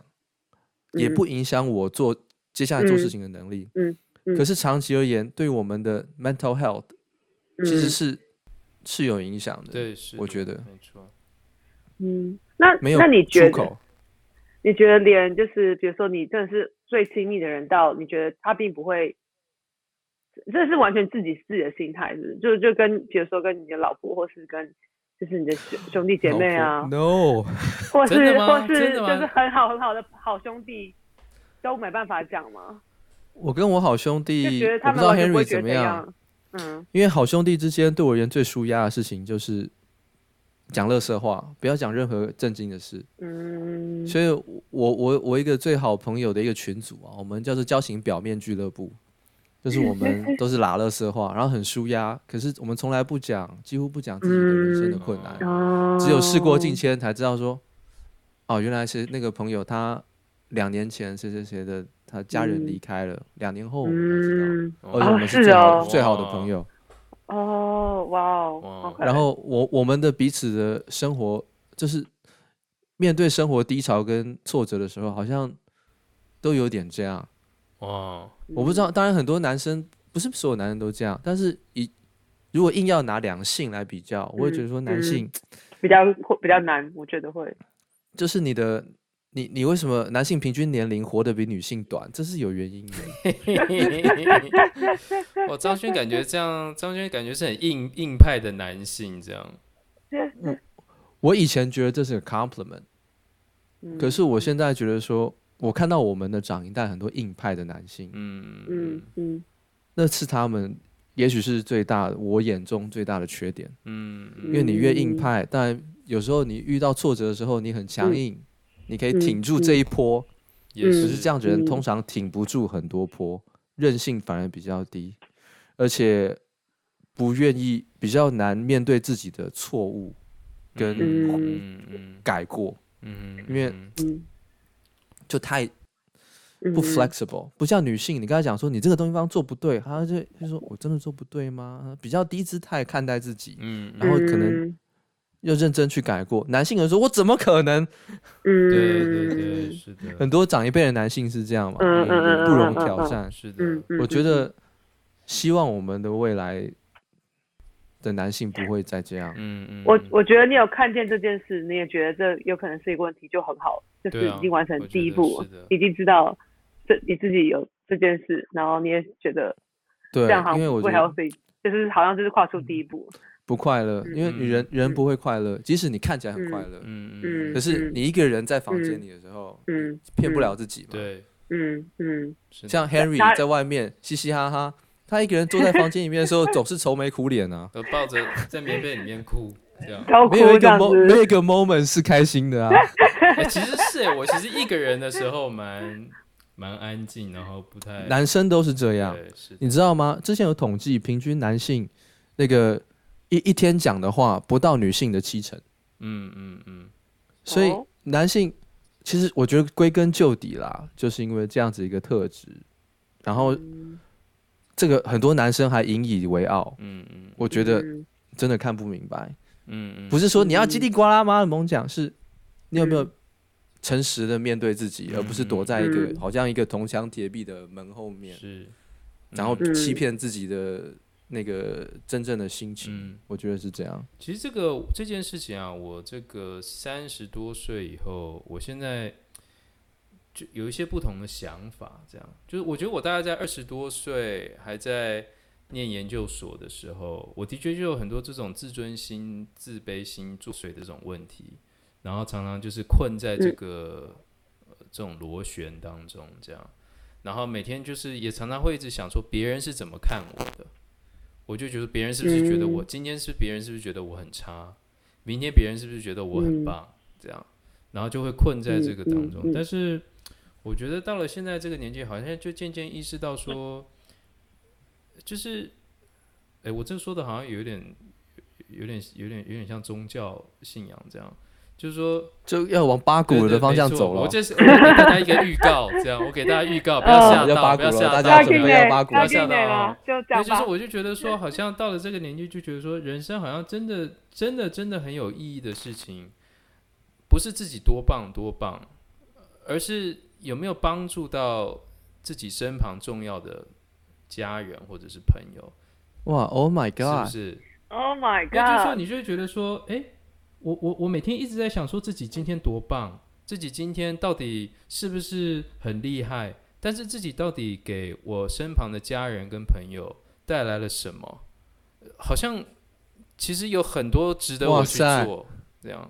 Speaker 1: 也
Speaker 4: 嗯
Speaker 1: 不影响我做接下来做事情的能力
Speaker 4: 嗯。嗯
Speaker 1: 可是长期而言，对我们的 mental health 其
Speaker 4: 嗯
Speaker 1: 实是是有影响的。，
Speaker 2: 对，是
Speaker 1: 我
Speaker 2: 的
Speaker 1: 觉得
Speaker 2: 没错。
Speaker 4: 嗯，那
Speaker 1: 没有
Speaker 4: 那你觉
Speaker 1: 出
Speaker 4: 得
Speaker 1: 口？
Speaker 4: 你觉得连就是比如说你真的是最亲密的人到，你觉得他并不会，这是完全自己自己的心态，是不是就就跟比如说跟你的老婆，或是跟就是你的兄兄弟姐妹啊，
Speaker 1: No，
Speaker 4: 或
Speaker 2: 真的
Speaker 4: 是
Speaker 2: 吗
Speaker 4: 或是
Speaker 2: 真的
Speaker 4: 就
Speaker 2: 吗
Speaker 4: 是很好很好的好兄弟，都没办法讲吗？
Speaker 1: 我跟我好兄
Speaker 4: 就
Speaker 1: 弟，
Speaker 4: 觉得
Speaker 1: 我
Speaker 4: 他
Speaker 1: 不
Speaker 4: 们
Speaker 1: 知道
Speaker 4: 完全不会
Speaker 1: Henry
Speaker 4: 觉
Speaker 1: 怎么
Speaker 4: 得怎
Speaker 1: 样，
Speaker 4: 样。嗯，
Speaker 1: 因为好兄弟之间对我而言最舒压的事情就是讲乐色话，不要讲任何正经的事。
Speaker 4: 嗯，
Speaker 1: 所以我，我我我一个最好朋友的一个群组啊，我们叫做交情表面俱乐部，就是我 们都是拉乐色话，然后很舒压，可是我们从来不讲，几乎不讲自己的人生的困难，
Speaker 4: 哦
Speaker 1: 只有事过境迁才知道说，哦，原来是那个朋友他两年前谁谁谁的他家人
Speaker 4: 嗯
Speaker 1: 离开了，两年后我们才知道。
Speaker 4: 嗯，
Speaker 1: 而且我们
Speaker 4: 哦
Speaker 1: 最好、
Speaker 4: 是哦
Speaker 1: 最好的朋友。
Speaker 4: 哦，哇哦
Speaker 2: 哇，
Speaker 4: 好可
Speaker 1: 然
Speaker 4: 爱
Speaker 1: 后我我们的彼此的生活，就是面对生活低潮跟挫折的时候，好像都有点这样。
Speaker 2: 哇，
Speaker 1: 嗯我不知道，当然很多男生不是所有男人都这样，但是以如果硬要拿两性来比较，我会觉得说男性、
Speaker 4: 比较会比较难，我觉得会。
Speaker 1: 就是你的。你你为什么男性平均年龄活得比女性短？这是有原因的。
Speaker 2: 哇，张轩感觉这样，张轩感觉是很硬硬派的男性这样。
Speaker 1: 我以前觉得这是个 compliment，
Speaker 4: 嗯
Speaker 1: 可是我现在觉得说，我看到我们的长一代很多硬派的男性，
Speaker 2: 嗯
Speaker 4: 嗯嗯
Speaker 1: 那是他们也许是最大的我眼中最大的缺点，
Speaker 2: 嗯嗯
Speaker 1: 因为你越硬
Speaker 4: 嗯
Speaker 1: 派，但有时候你遇到挫折的时候，你很强硬，你可以
Speaker 4: 嗯
Speaker 1: 挺住这一波。
Speaker 2: 也
Speaker 1: 可
Speaker 2: 是
Speaker 1: 是这样子的人
Speaker 4: 嗯
Speaker 1: 通常挺不住很多波，韧性反而比较低，而且不愿意，比较难面对自己的错误跟
Speaker 2: 嗯嗯
Speaker 1: 改过，
Speaker 2: 嗯，
Speaker 1: 因为
Speaker 4: 嗯
Speaker 1: 就太
Speaker 4: 嗯，
Speaker 1: 不 flexible，不像女性，你刚才讲说你这个东西方做不对，她就就说我真的做不对吗？比较低姿态看待自己，
Speaker 2: 嗯
Speaker 1: 然后可能
Speaker 4: 嗯
Speaker 1: 又认真去改过。男性人说：“我怎么可能
Speaker 4: 嗯，
Speaker 2: 对对对，是？”的，
Speaker 1: 很多长一辈的男性是这样嘛，
Speaker 4: 嗯嗯嗯，
Speaker 1: 不容
Speaker 4: 嗯
Speaker 1: 挑，战。
Speaker 2: 是的，
Speaker 4: 嗯嗯嗯，
Speaker 1: 我觉得，希望我们的未来的男性不会再这样。
Speaker 2: 嗯嗯，
Speaker 4: 我我觉得你有看见这件事，你也觉得这有可能是一个问题，就很好，就是
Speaker 2: 对啊
Speaker 4: 已经完成
Speaker 2: 我觉
Speaker 4: 第一
Speaker 2: 得
Speaker 4: 步
Speaker 2: 是的，
Speaker 4: 已经知道这你自己有这件事，然后你也觉得
Speaker 1: 对
Speaker 4: 这样好，像
Speaker 1: 因为我
Speaker 4: 不
Speaker 1: 觉
Speaker 4: 会
Speaker 1: 得
Speaker 4: healthy，就是好像就是跨出第一步，
Speaker 1: 不快乐，因为
Speaker 2: 嗯
Speaker 1: 女人人
Speaker 4: 嗯
Speaker 1: 不会快乐，即使你看起来很
Speaker 4: 嗯
Speaker 1: 快乐，
Speaker 2: 嗯
Speaker 1: 可是你一个人在房间里的时候，
Speaker 4: 嗯
Speaker 1: 骗不了自己嘛。
Speaker 2: 对，
Speaker 4: 嗯嗯，
Speaker 1: 像 Henry
Speaker 4: 他
Speaker 1: 在外面嘻嘻哈哈，他一个人坐在房间里面的时 候，总是愁眉苦脸啊。
Speaker 2: 呃抱着在棉被里面哭这样。
Speaker 4: 超哭
Speaker 1: 没有一
Speaker 4: 这
Speaker 1: 个
Speaker 4: 样
Speaker 1: mo 没有
Speaker 4: 子，
Speaker 1: 一个 moment 是开心的啊。
Speaker 2: 哎，其实是哎，我其实一个人的时候蛮蛮安静，然后不太
Speaker 1: 男生都是这样，
Speaker 2: 对，是的，
Speaker 1: 你知道吗？之前有统计，平均男性那个一一天讲的话不到女性的七成，
Speaker 2: 嗯嗯嗯，
Speaker 1: 所以
Speaker 4: 哦
Speaker 1: 男性其实我觉得归根究底啦，就是因为这样子一个特质，然后这个很多男生还引以为傲，
Speaker 2: 嗯嗯
Speaker 1: 我觉得
Speaker 4: 嗯
Speaker 1: 真的看不明白。
Speaker 2: 嗯嗯，
Speaker 1: 不
Speaker 2: 是
Speaker 1: 是说你要叽里呱啦吗？猛讲是，你有没
Speaker 4: 嗯
Speaker 1: 有诚实的面对自己，而不是躲在一个、
Speaker 4: 嗯
Speaker 1: 好像一个铜墙铁壁的门后面，
Speaker 2: 是，
Speaker 1: 然后
Speaker 4: 嗯
Speaker 1: 欺骗自己的那个真正的心情。
Speaker 2: 嗯
Speaker 1: 我觉得是这样。
Speaker 2: 其实这个这件事情啊，我这个三十多岁以后，我现在就有一些不同的想法。这样，就是我觉得我大概在二十多岁还在念研究所的时候，我的确就有很多这种自尊心、自卑心作祟的这种问题，然后常常就是困在这个、呃、这种螺旋当中，这样。然后每天就是也常常会一直想说别人是怎么看我的，我就觉得别人是不是觉得我、今天是别人是不是觉得我很差，明天别人是不是觉得我很
Speaker 4: 嗯
Speaker 2: 棒，这样，然后就会困在这个当中。
Speaker 4: 嗯嗯嗯
Speaker 2: 但是我觉得到了现在这个年纪，好像就渐渐意识到说，就是，哎，我这说的好像有点。有点、有点、有点像宗教信仰这样，就是说，
Speaker 1: 就要往八股
Speaker 2: 对对
Speaker 1: 的方向
Speaker 2: 没错
Speaker 1: 走了
Speaker 2: 我，这是我给大家一个预告，这样我给大家预告，不要吓
Speaker 1: 哦要
Speaker 2: 到，
Speaker 1: 八
Speaker 2: 不要
Speaker 1: 股
Speaker 2: 吓
Speaker 1: 了大
Speaker 2: 到，
Speaker 1: 家
Speaker 4: 要
Speaker 1: 准备
Speaker 4: 进
Speaker 1: 要
Speaker 4: 来
Speaker 1: 八股
Speaker 4: 要
Speaker 1: 了
Speaker 4: 进来了，就
Speaker 2: 对，
Speaker 4: 讲
Speaker 2: 就是
Speaker 4: 吧，
Speaker 2: 我就觉得说，好像到了这个年纪，就觉得说，人生好像真的、真的、真的很有意义的事情，不是自己多棒多棒，而是有没有帮助到自己身旁重要的家人或者是朋友，
Speaker 1: 哇，Oh my
Speaker 2: 是不
Speaker 1: God！
Speaker 2: 是？
Speaker 4: Oh my
Speaker 2: 那就是说，
Speaker 4: god！
Speaker 2: 你就会觉得说，哎、我我我每天一直在想说自己今天多棒，自己今天到底是不是很厉害？但是自己到底给我身旁的家人跟朋友带来了什么？呃好像其实有很多值得我
Speaker 1: 哇
Speaker 2: 去
Speaker 1: 塞
Speaker 2: 做。这样，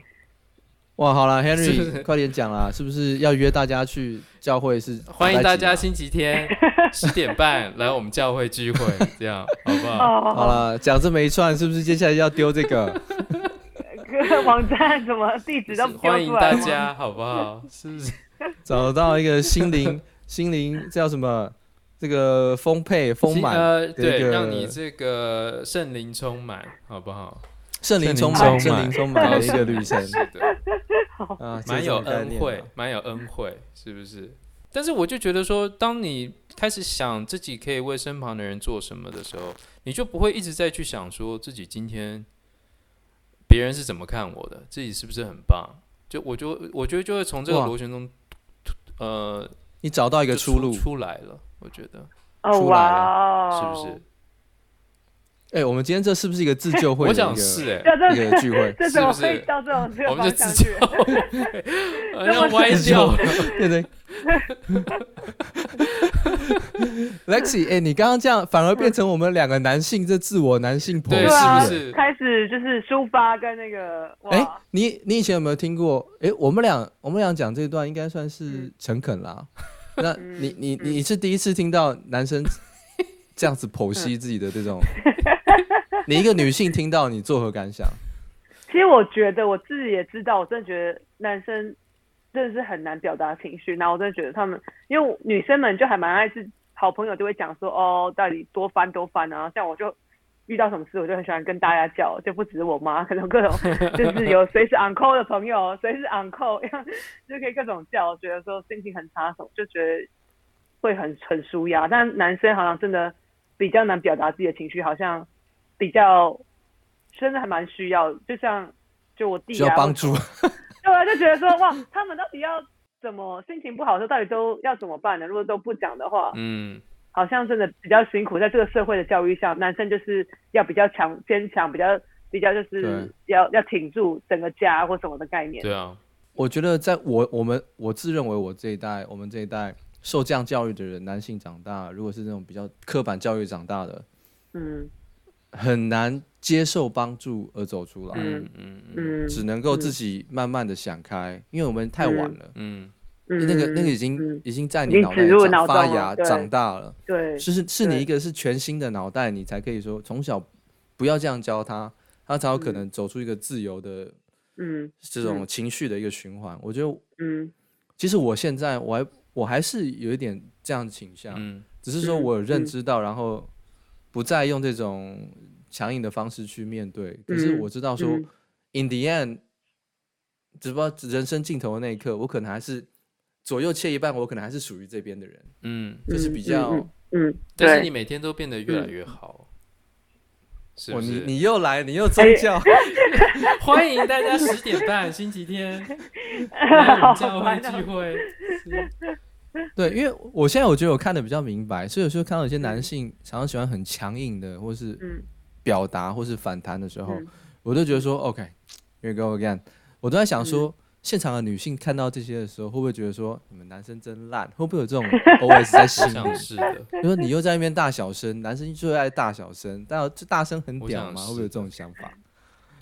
Speaker 1: 哇， 好啦
Speaker 2: 是不是
Speaker 1: ，Henry，快点讲啦，是不是要约大家去教会是？
Speaker 2: 欢迎大
Speaker 1: 礼
Speaker 2: 家
Speaker 1: 拜几
Speaker 2: 星期 天十点半来我们教会聚会，这样好不好？
Speaker 1: 啊好
Speaker 4: 哦，
Speaker 1: 了，讲这么一串，是不是接下来要丢这 个？
Speaker 4: 各哦 网站什么地址都
Speaker 2: 是
Speaker 4: 丢
Speaker 2: 欢迎
Speaker 4: 出来
Speaker 2: 大
Speaker 4: 了吗
Speaker 2: 家，好不好？是不是？
Speaker 1: 找到一个心灵 心灵叫什么？这个丰沛丰
Speaker 2: 其
Speaker 1: 满，
Speaker 2: 呃，
Speaker 1: 一
Speaker 2: 对，
Speaker 1: 个
Speaker 2: 让你这个圣灵充满，好不好？
Speaker 1: 圣灵充
Speaker 3: 圣
Speaker 1: 满，
Speaker 3: 灵充
Speaker 1: 圣
Speaker 3: 满
Speaker 1: 灵充满的一个旅程
Speaker 2: 是的，
Speaker 1: 啊，就
Speaker 2: 蛮
Speaker 1: 是
Speaker 2: 有
Speaker 1: 这种概
Speaker 2: 恩
Speaker 1: 念
Speaker 2: 惠
Speaker 1: 啊，
Speaker 2: 蛮有恩惠，是不是？但是我就觉得说，当你开始想自己可以为身旁的人做什么的时候，你就不会一直在去想说自己今天别人是怎么看我的，自己是不是很棒。就我就我觉得就会从这个
Speaker 1: 哇
Speaker 2: 螺旋中，呃，
Speaker 1: 你找到一
Speaker 2: 一
Speaker 1: 个出路。
Speaker 2: 出来了，我觉得
Speaker 4: 哦
Speaker 1: 出来
Speaker 4: 哇
Speaker 2: 是
Speaker 4: 哦，
Speaker 2: 不是？
Speaker 1: 哎，我们今天这是不是一 个自救会？
Speaker 2: 我想是哎、
Speaker 4: 这，
Speaker 1: 一个聚会
Speaker 4: 这
Speaker 2: 是
Speaker 4: 怎
Speaker 2: 不
Speaker 4: 么
Speaker 2: 是
Speaker 4: 会到这种这
Speaker 2: 我
Speaker 4: 个
Speaker 2: 们
Speaker 4: 方
Speaker 2: 就
Speaker 4: 向
Speaker 2: 自
Speaker 4: 去，
Speaker 2: 救？好像歪 掉了。
Speaker 1: 对对。Lexi，哎、你刚刚这样反而变成我们两个男性这自我男性
Speaker 2: 对
Speaker 1: 剖
Speaker 4: 对啊，
Speaker 1: 析
Speaker 2: 是不是
Speaker 4: 开始就是抒发跟那个哇
Speaker 1: 哎、，你你以前有没有听过？哎、我们俩我们俩讲这段应该算是
Speaker 4: 嗯
Speaker 1: 诚恳 啦。那
Speaker 4: 嗯
Speaker 1: 你你
Speaker 4: 嗯
Speaker 1: 你是第一次听到男生这样子剖
Speaker 4: 嗯
Speaker 1: 析自己的 这种，你一个女性听到你作何感想？
Speaker 4: 其实我觉得我自己也知道，我真的觉得男生真的是很难表达情绪。然后我真的觉得他们，因为我女生们就还蛮爱是好朋友就会讲说哦，到底多翻多翻啊。像我就遇到什么事，我就很喜欢跟大家叫，就不只是我妈，可能各种 就是有随时 on call 的朋友，随时 on call，就可以各种叫，觉得说心情很差什么，就觉得会很很舒压。但男生好像真的比较难表达自己的情绪，好像比较真的还蛮需要，就像就我弟、啊、
Speaker 1: 需要帮助？
Speaker 4: 对啊，就觉得说哇，他们到底要怎么心情不好的时候，到底都要怎么办呢？如果都不讲的话，
Speaker 2: 嗯，
Speaker 4: 好像真的比较辛苦。在这个社会的教育下，男生就是要比较强、坚强，比较比较就是要要挺住整个家或什么的概念。
Speaker 2: 对啊，
Speaker 1: 我觉得在我我们我自认为我这一代，我们这一代受这样教育的人，男性长大，如果是那种比较刻板教育长大的，
Speaker 4: 嗯
Speaker 1: 很难接受帮助而走出来，
Speaker 2: 嗯
Speaker 4: 嗯
Speaker 2: 嗯嗯
Speaker 4: 嗯，
Speaker 1: 只能够自己慢慢的想开，因为我们太晚了，
Speaker 2: 嗯，
Speaker 4: 嗯
Speaker 1: 那个那个已经、
Speaker 4: 嗯
Speaker 1: 已经在
Speaker 4: 已
Speaker 1: 你
Speaker 4: 经
Speaker 1: 脑
Speaker 4: 植入
Speaker 1: 袋长
Speaker 4: 脑中
Speaker 1: 发
Speaker 4: 了
Speaker 1: 芽
Speaker 4: 对
Speaker 1: 长大了，
Speaker 4: 对
Speaker 1: 是是是你
Speaker 4: 对
Speaker 1: 一个是全新的脑袋，你才可以说从小不要这样教他，他才有可
Speaker 4: 嗯
Speaker 1: 能走出一个自由的
Speaker 4: 嗯
Speaker 1: 这种情绪的一个循环。我觉得
Speaker 4: 嗯
Speaker 1: 其实我现在我还我还是有一点这样的倾向，
Speaker 2: 嗯
Speaker 1: 只是说
Speaker 4: 嗯
Speaker 1: 我有认
Speaker 4: 嗯
Speaker 1: 知到，然后不再用这种强硬的方式去面对。可是
Speaker 4: 嗯
Speaker 1: 我知道说、
Speaker 4: 嗯
Speaker 1: i n the end，只不知道人生尽头的那一刻，我可能还是左右切一半，我可能还是属于这边的人，
Speaker 2: 嗯，
Speaker 1: 这是比
Speaker 4: 嗯嗯
Speaker 1: 较。
Speaker 4: 嗯，
Speaker 2: 但是
Speaker 4: 对
Speaker 2: 你每天都变得越来越好，是
Speaker 1: 哇，哦
Speaker 2: 不
Speaker 1: 你
Speaker 2: 是？
Speaker 1: 你又来，
Speaker 4: 哎
Speaker 1: 你又宗 教，
Speaker 2: 欢迎大家十点半星期天 来我们教会
Speaker 4: 啊
Speaker 2: 聚会，
Speaker 1: 对，因为我现在我觉得我看的比较明白，所以有时候看到有些男性常常喜欢很强硬的，或是
Speaker 4: 嗯
Speaker 1: 表达或是反弹的时候，
Speaker 4: 嗯
Speaker 1: 我都觉得说 OK，here、go again。我都在想说，
Speaker 4: 嗯
Speaker 1: 现场的女性看到这些的时候，会不会觉得说你们男生真烂？会不会有 这种 OS 在心
Speaker 2: 我
Speaker 1: 里？
Speaker 2: 想是的，
Speaker 1: 就说你又在那边大小声，男生就爱大小声，但这大声很
Speaker 2: 我
Speaker 1: 屌
Speaker 2: 想
Speaker 1: 嘛？
Speaker 2: 是
Speaker 1: 会不会有这种想法？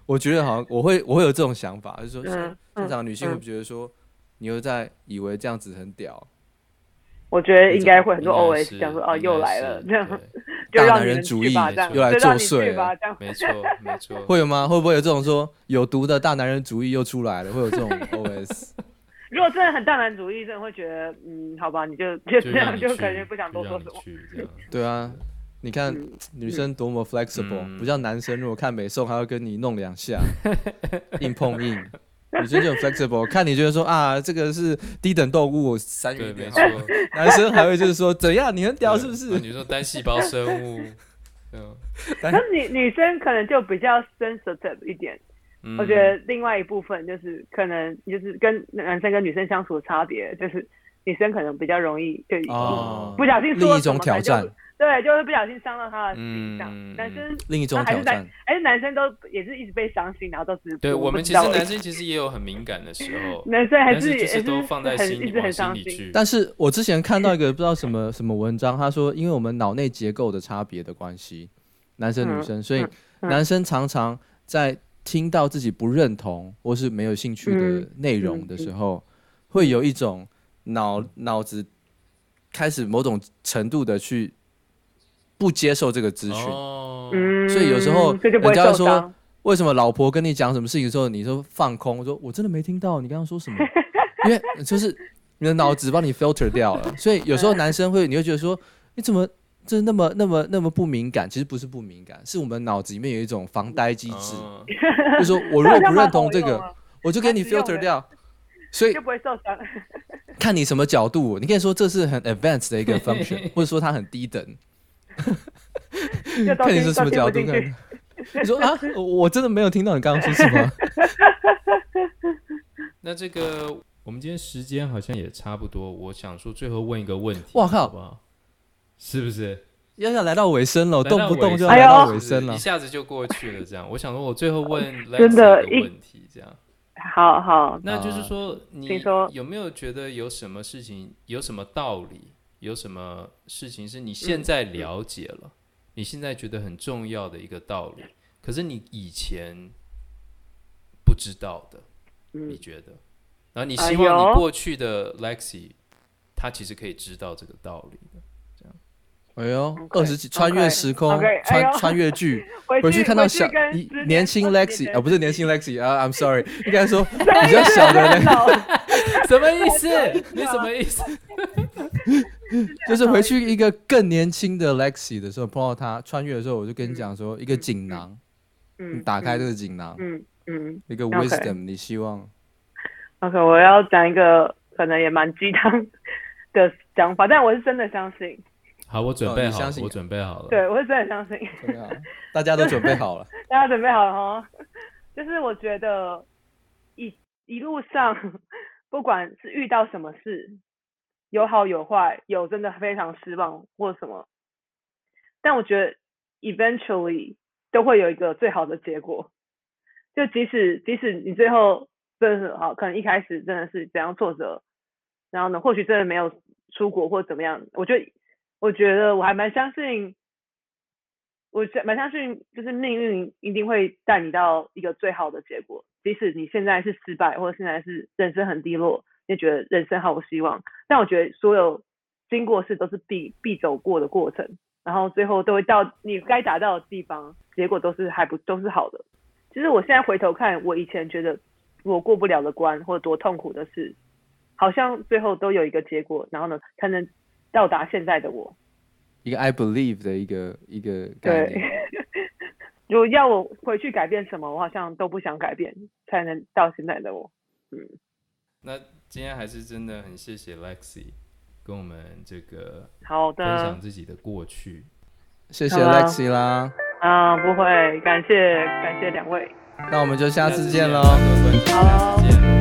Speaker 1: 我觉得好像我会我会有这种想法，就是说、
Speaker 4: 嗯
Speaker 1: 现
Speaker 4: 嗯
Speaker 1: 场的女性会
Speaker 4: 嗯
Speaker 1: 不会觉得说、你又在以为这样子很屌，
Speaker 4: 我觉得应该会很多
Speaker 2: 应该
Speaker 4: OS
Speaker 2: 是
Speaker 4: 讲说哦
Speaker 2: 应该
Speaker 4: 又来了
Speaker 2: 是
Speaker 4: 这样，
Speaker 2: 对
Speaker 4: 就
Speaker 1: 大
Speaker 4: 让
Speaker 1: 男
Speaker 4: 你
Speaker 1: 人
Speaker 4: 们
Speaker 1: 主
Speaker 4: 去
Speaker 1: 义
Speaker 4: 吧这样，
Speaker 2: 又
Speaker 1: 来
Speaker 4: 就让你
Speaker 1: 作祟
Speaker 4: 去吧
Speaker 1: 了
Speaker 4: 这样。
Speaker 2: 没错没错，
Speaker 1: 会有吗？会不会有这种说有毒的大男人主义又出来了？会有 这种 OS？
Speaker 4: 如果真的很大男主义，真的会觉得，嗯，好吧，你就 就
Speaker 2: 就
Speaker 4: 这
Speaker 2: 让
Speaker 4: 样，
Speaker 2: 你
Speaker 4: 就
Speaker 2: 去
Speaker 4: 感觉不想多
Speaker 2: 就
Speaker 4: 说
Speaker 2: 让
Speaker 4: 什
Speaker 2: 你
Speaker 4: 么。
Speaker 2: 去这样，
Speaker 1: 对啊，你看
Speaker 4: 嗯
Speaker 1: 女生多么 flexible，、
Speaker 2: 嗯
Speaker 1: 不像男生，如果看美颂还要跟你弄两下，硬碰硬。女生就很 flexible，看你觉得说啊，这个是低等动物，三元
Speaker 2: 对，
Speaker 1: 一
Speaker 2: 没
Speaker 1: 点
Speaker 2: 错，。
Speaker 1: 男生还会就是说怎样，你很屌
Speaker 2: 对
Speaker 1: 是不是
Speaker 2: 啊？你说单细胞生物，嗯
Speaker 4: 可是女女生可能就比较 sensitive 一点，
Speaker 2: 嗯，
Speaker 4: 我觉得另外一部分就是可能就是跟男生跟女生相处的差别，就是女生可能比较容易对、
Speaker 1: 哦
Speaker 2: 啊
Speaker 4: 不小心说
Speaker 1: 另一
Speaker 4: 什
Speaker 1: 种
Speaker 4: 么
Speaker 1: 挑
Speaker 4: 可能就
Speaker 1: 战，
Speaker 4: 对，就会不小心伤到他的心
Speaker 2: 嗯
Speaker 4: 这样。男生
Speaker 1: 另一种
Speaker 4: 那还
Speaker 1: 挑
Speaker 4: 是
Speaker 1: 战。
Speaker 4: 哎，男生都也是一直被伤心，然后都只是
Speaker 2: 对
Speaker 4: 我
Speaker 2: 我
Speaker 4: 不
Speaker 2: 们
Speaker 4: 知
Speaker 2: 其实
Speaker 4: 道而已
Speaker 2: 男生其实也有很敏感的时候，
Speaker 4: 男生还
Speaker 2: 但是
Speaker 4: 也
Speaker 2: 就是
Speaker 4: 是
Speaker 2: 都放在
Speaker 4: 很
Speaker 2: 心
Speaker 4: 一
Speaker 2: 里，
Speaker 4: 直
Speaker 2: 往
Speaker 4: 很
Speaker 2: 心
Speaker 4: 伤
Speaker 2: 里
Speaker 4: 心。
Speaker 2: 去。
Speaker 1: 但是我之前看到一个不知道什么 什么文章，他说因为我们脑内结构的差别的关系，男生女
Speaker 4: 嗯
Speaker 1: 生，所以
Speaker 4: 嗯嗯
Speaker 1: 男生常常在听到自己不认同或是没有兴趣的
Speaker 4: 嗯
Speaker 1: 内容的时候，会有一种脑脑子开始某种程度的去不接受这个资讯。
Speaker 2: 哦，
Speaker 4: 嗯，
Speaker 1: 所以有时候
Speaker 4: 这就不会
Speaker 1: 人家
Speaker 4: 受
Speaker 1: 说
Speaker 4: 伤。
Speaker 1: 为什么老婆跟你讲什么事情的时候，你说放空，我说我真的没听到你刚刚说 什么，因为就是你的脑子帮你 filter 掉了，所以有时候男生会，你会觉得说你怎么这那么那么那么不敏感？其实不是不敏感，是我们脑子里面有一种防呆机制，
Speaker 4: 哦
Speaker 2: 嗯
Speaker 1: 就是说我
Speaker 4: 我
Speaker 1: 如果不认同这
Speaker 4: 哦
Speaker 1: 个，我就给你
Speaker 4: 蛮实用的
Speaker 1: filter 掉。所以
Speaker 4: 就不会受伤。
Speaker 1: 看你什么角度，你可以说这是很 advanced 的一个 function，或者 说它很低等，
Speaker 4: 就都
Speaker 1: 嗯看你
Speaker 4: 听
Speaker 1: 是什么
Speaker 4: 都听
Speaker 1: 角
Speaker 4: 不
Speaker 1: 度
Speaker 4: 进
Speaker 1: 看
Speaker 4: 去。
Speaker 1: 你说啊，我我真的没有听到你刚刚说什么。
Speaker 2: 那这个我们今天时间好像也差不多，我想说最后问一个问题，
Speaker 1: 哇靠
Speaker 2: 好不好？是不是？
Speaker 1: 要要来到尾声了，
Speaker 2: 来到
Speaker 1: 哦动不动就要
Speaker 4: 尾声
Speaker 1: 来到
Speaker 4: 哎呦
Speaker 1: 尾声了
Speaker 2: 一。下子就过去了，这样。我想说，我最后 问 Lexi
Speaker 4: 真的
Speaker 2: 一
Speaker 4: 一
Speaker 2: 个问题，这样。
Speaker 4: 好好，
Speaker 2: 那就是说，你
Speaker 4: 请说
Speaker 2: 有没有觉得有什么事情，有什么道理，有什么事情是你现在了解了，你现在觉得很重要的一个道理，可是你以前不知道的，你
Speaker 4: 嗯，
Speaker 2: 觉得？然后你
Speaker 4: 哎
Speaker 2: 希望你
Speaker 4: 呦
Speaker 2: 过去的 Lexi，他其实可以知道这个道理的。
Speaker 1: 哎呦，
Speaker 4: OK，
Speaker 1: 二十几穿越
Speaker 4: OK，
Speaker 1: 时空
Speaker 4: OK，哎
Speaker 1: 穿
Speaker 4: 呦
Speaker 1: 穿越剧，
Speaker 4: 回
Speaker 1: 回去看到
Speaker 4: 回
Speaker 1: 小
Speaker 4: 跟
Speaker 1: 一
Speaker 4: 十年
Speaker 1: 年轻 Lexi 啊，不是年轻 Lexi 啊，I'm sorry，应该说
Speaker 4: 比
Speaker 1: 比较小的 Lexi，
Speaker 2: 什么意思？你什么意思？
Speaker 1: 就是回去一个更年轻的 Lexi 的时候，碰到他穿越的时候，我就跟你讲说，一个锦囊， 你
Speaker 4: 嗯，
Speaker 1: 打开这
Speaker 4: 个，
Speaker 1: 个锦囊，
Speaker 4: 嗯嗯
Speaker 1: 一个
Speaker 4: OK
Speaker 1: wisdom，你希望
Speaker 4: ，OK，我要讲一个可能也蛮鸡汤的讲法，但我是真的相信，
Speaker 2: 好，我准
Speaker 1: 哦
Speaker 2: 备
Speaker 1: 你
Speaker 2: 好
Speaker 1: 相
Speaker 2: 了，
Speaker 1: 信
Speaker 2: 我准备好了。
Speaker 1: 哦
Speaker 4: 对我是真的相信，
Speaker 1: 怎么样？大家都准备好了，
Speaker 4: 大家准备好了哈？就是我觉得一一路上， 不管是遇到什么事，有好有坏，有真的非常失望或什么，但我觉得 eventually 都会有一个最好的结果。就即使即使你最后真的是好，可能一开始真的是怎样挫折，然后呢，或许真的没有出国或怎么样，我觉得我觉得我还蛮相信我相蛮相信，就是命运一定会带你到一个最好的结果。即使你现在是失败，或者现在是人生很低落，你也觉得人生毫无希望，但我觉得所有经过的事都是必必走过的过程，然后最后都会到你该达到的地方，结果都是还不都是好的。其实我现在回头看，我以前觉得我过不了的关，或者多痛苦的事，好像最后都有一个结果，然后呢，才能到达现在的我。
Speaker 1: 一个 I believe 的一个一个概
Speaker 4: 对
Speaker 1: 念。，
Speaker 4: 如果要我回去改变什么，我好像都不想改变，才能到现在的我。
Speaker 2: 那今天还是真的很谢谢 Lexi 跟我们这个
Speaker 4: 好
Speaker 2: 分
Speaker 4: 的
Speaker 2: 享，自己的过去。
Speaker 1: 谢谢
Speaker 4: 好啦
Speaker 1: Lexi 啦，
Speaker 4: 啊、不会，感谢感谢两位。
Speaker 1: 那我们就下次见喽。
Speaker 2: 各位观众，下次见。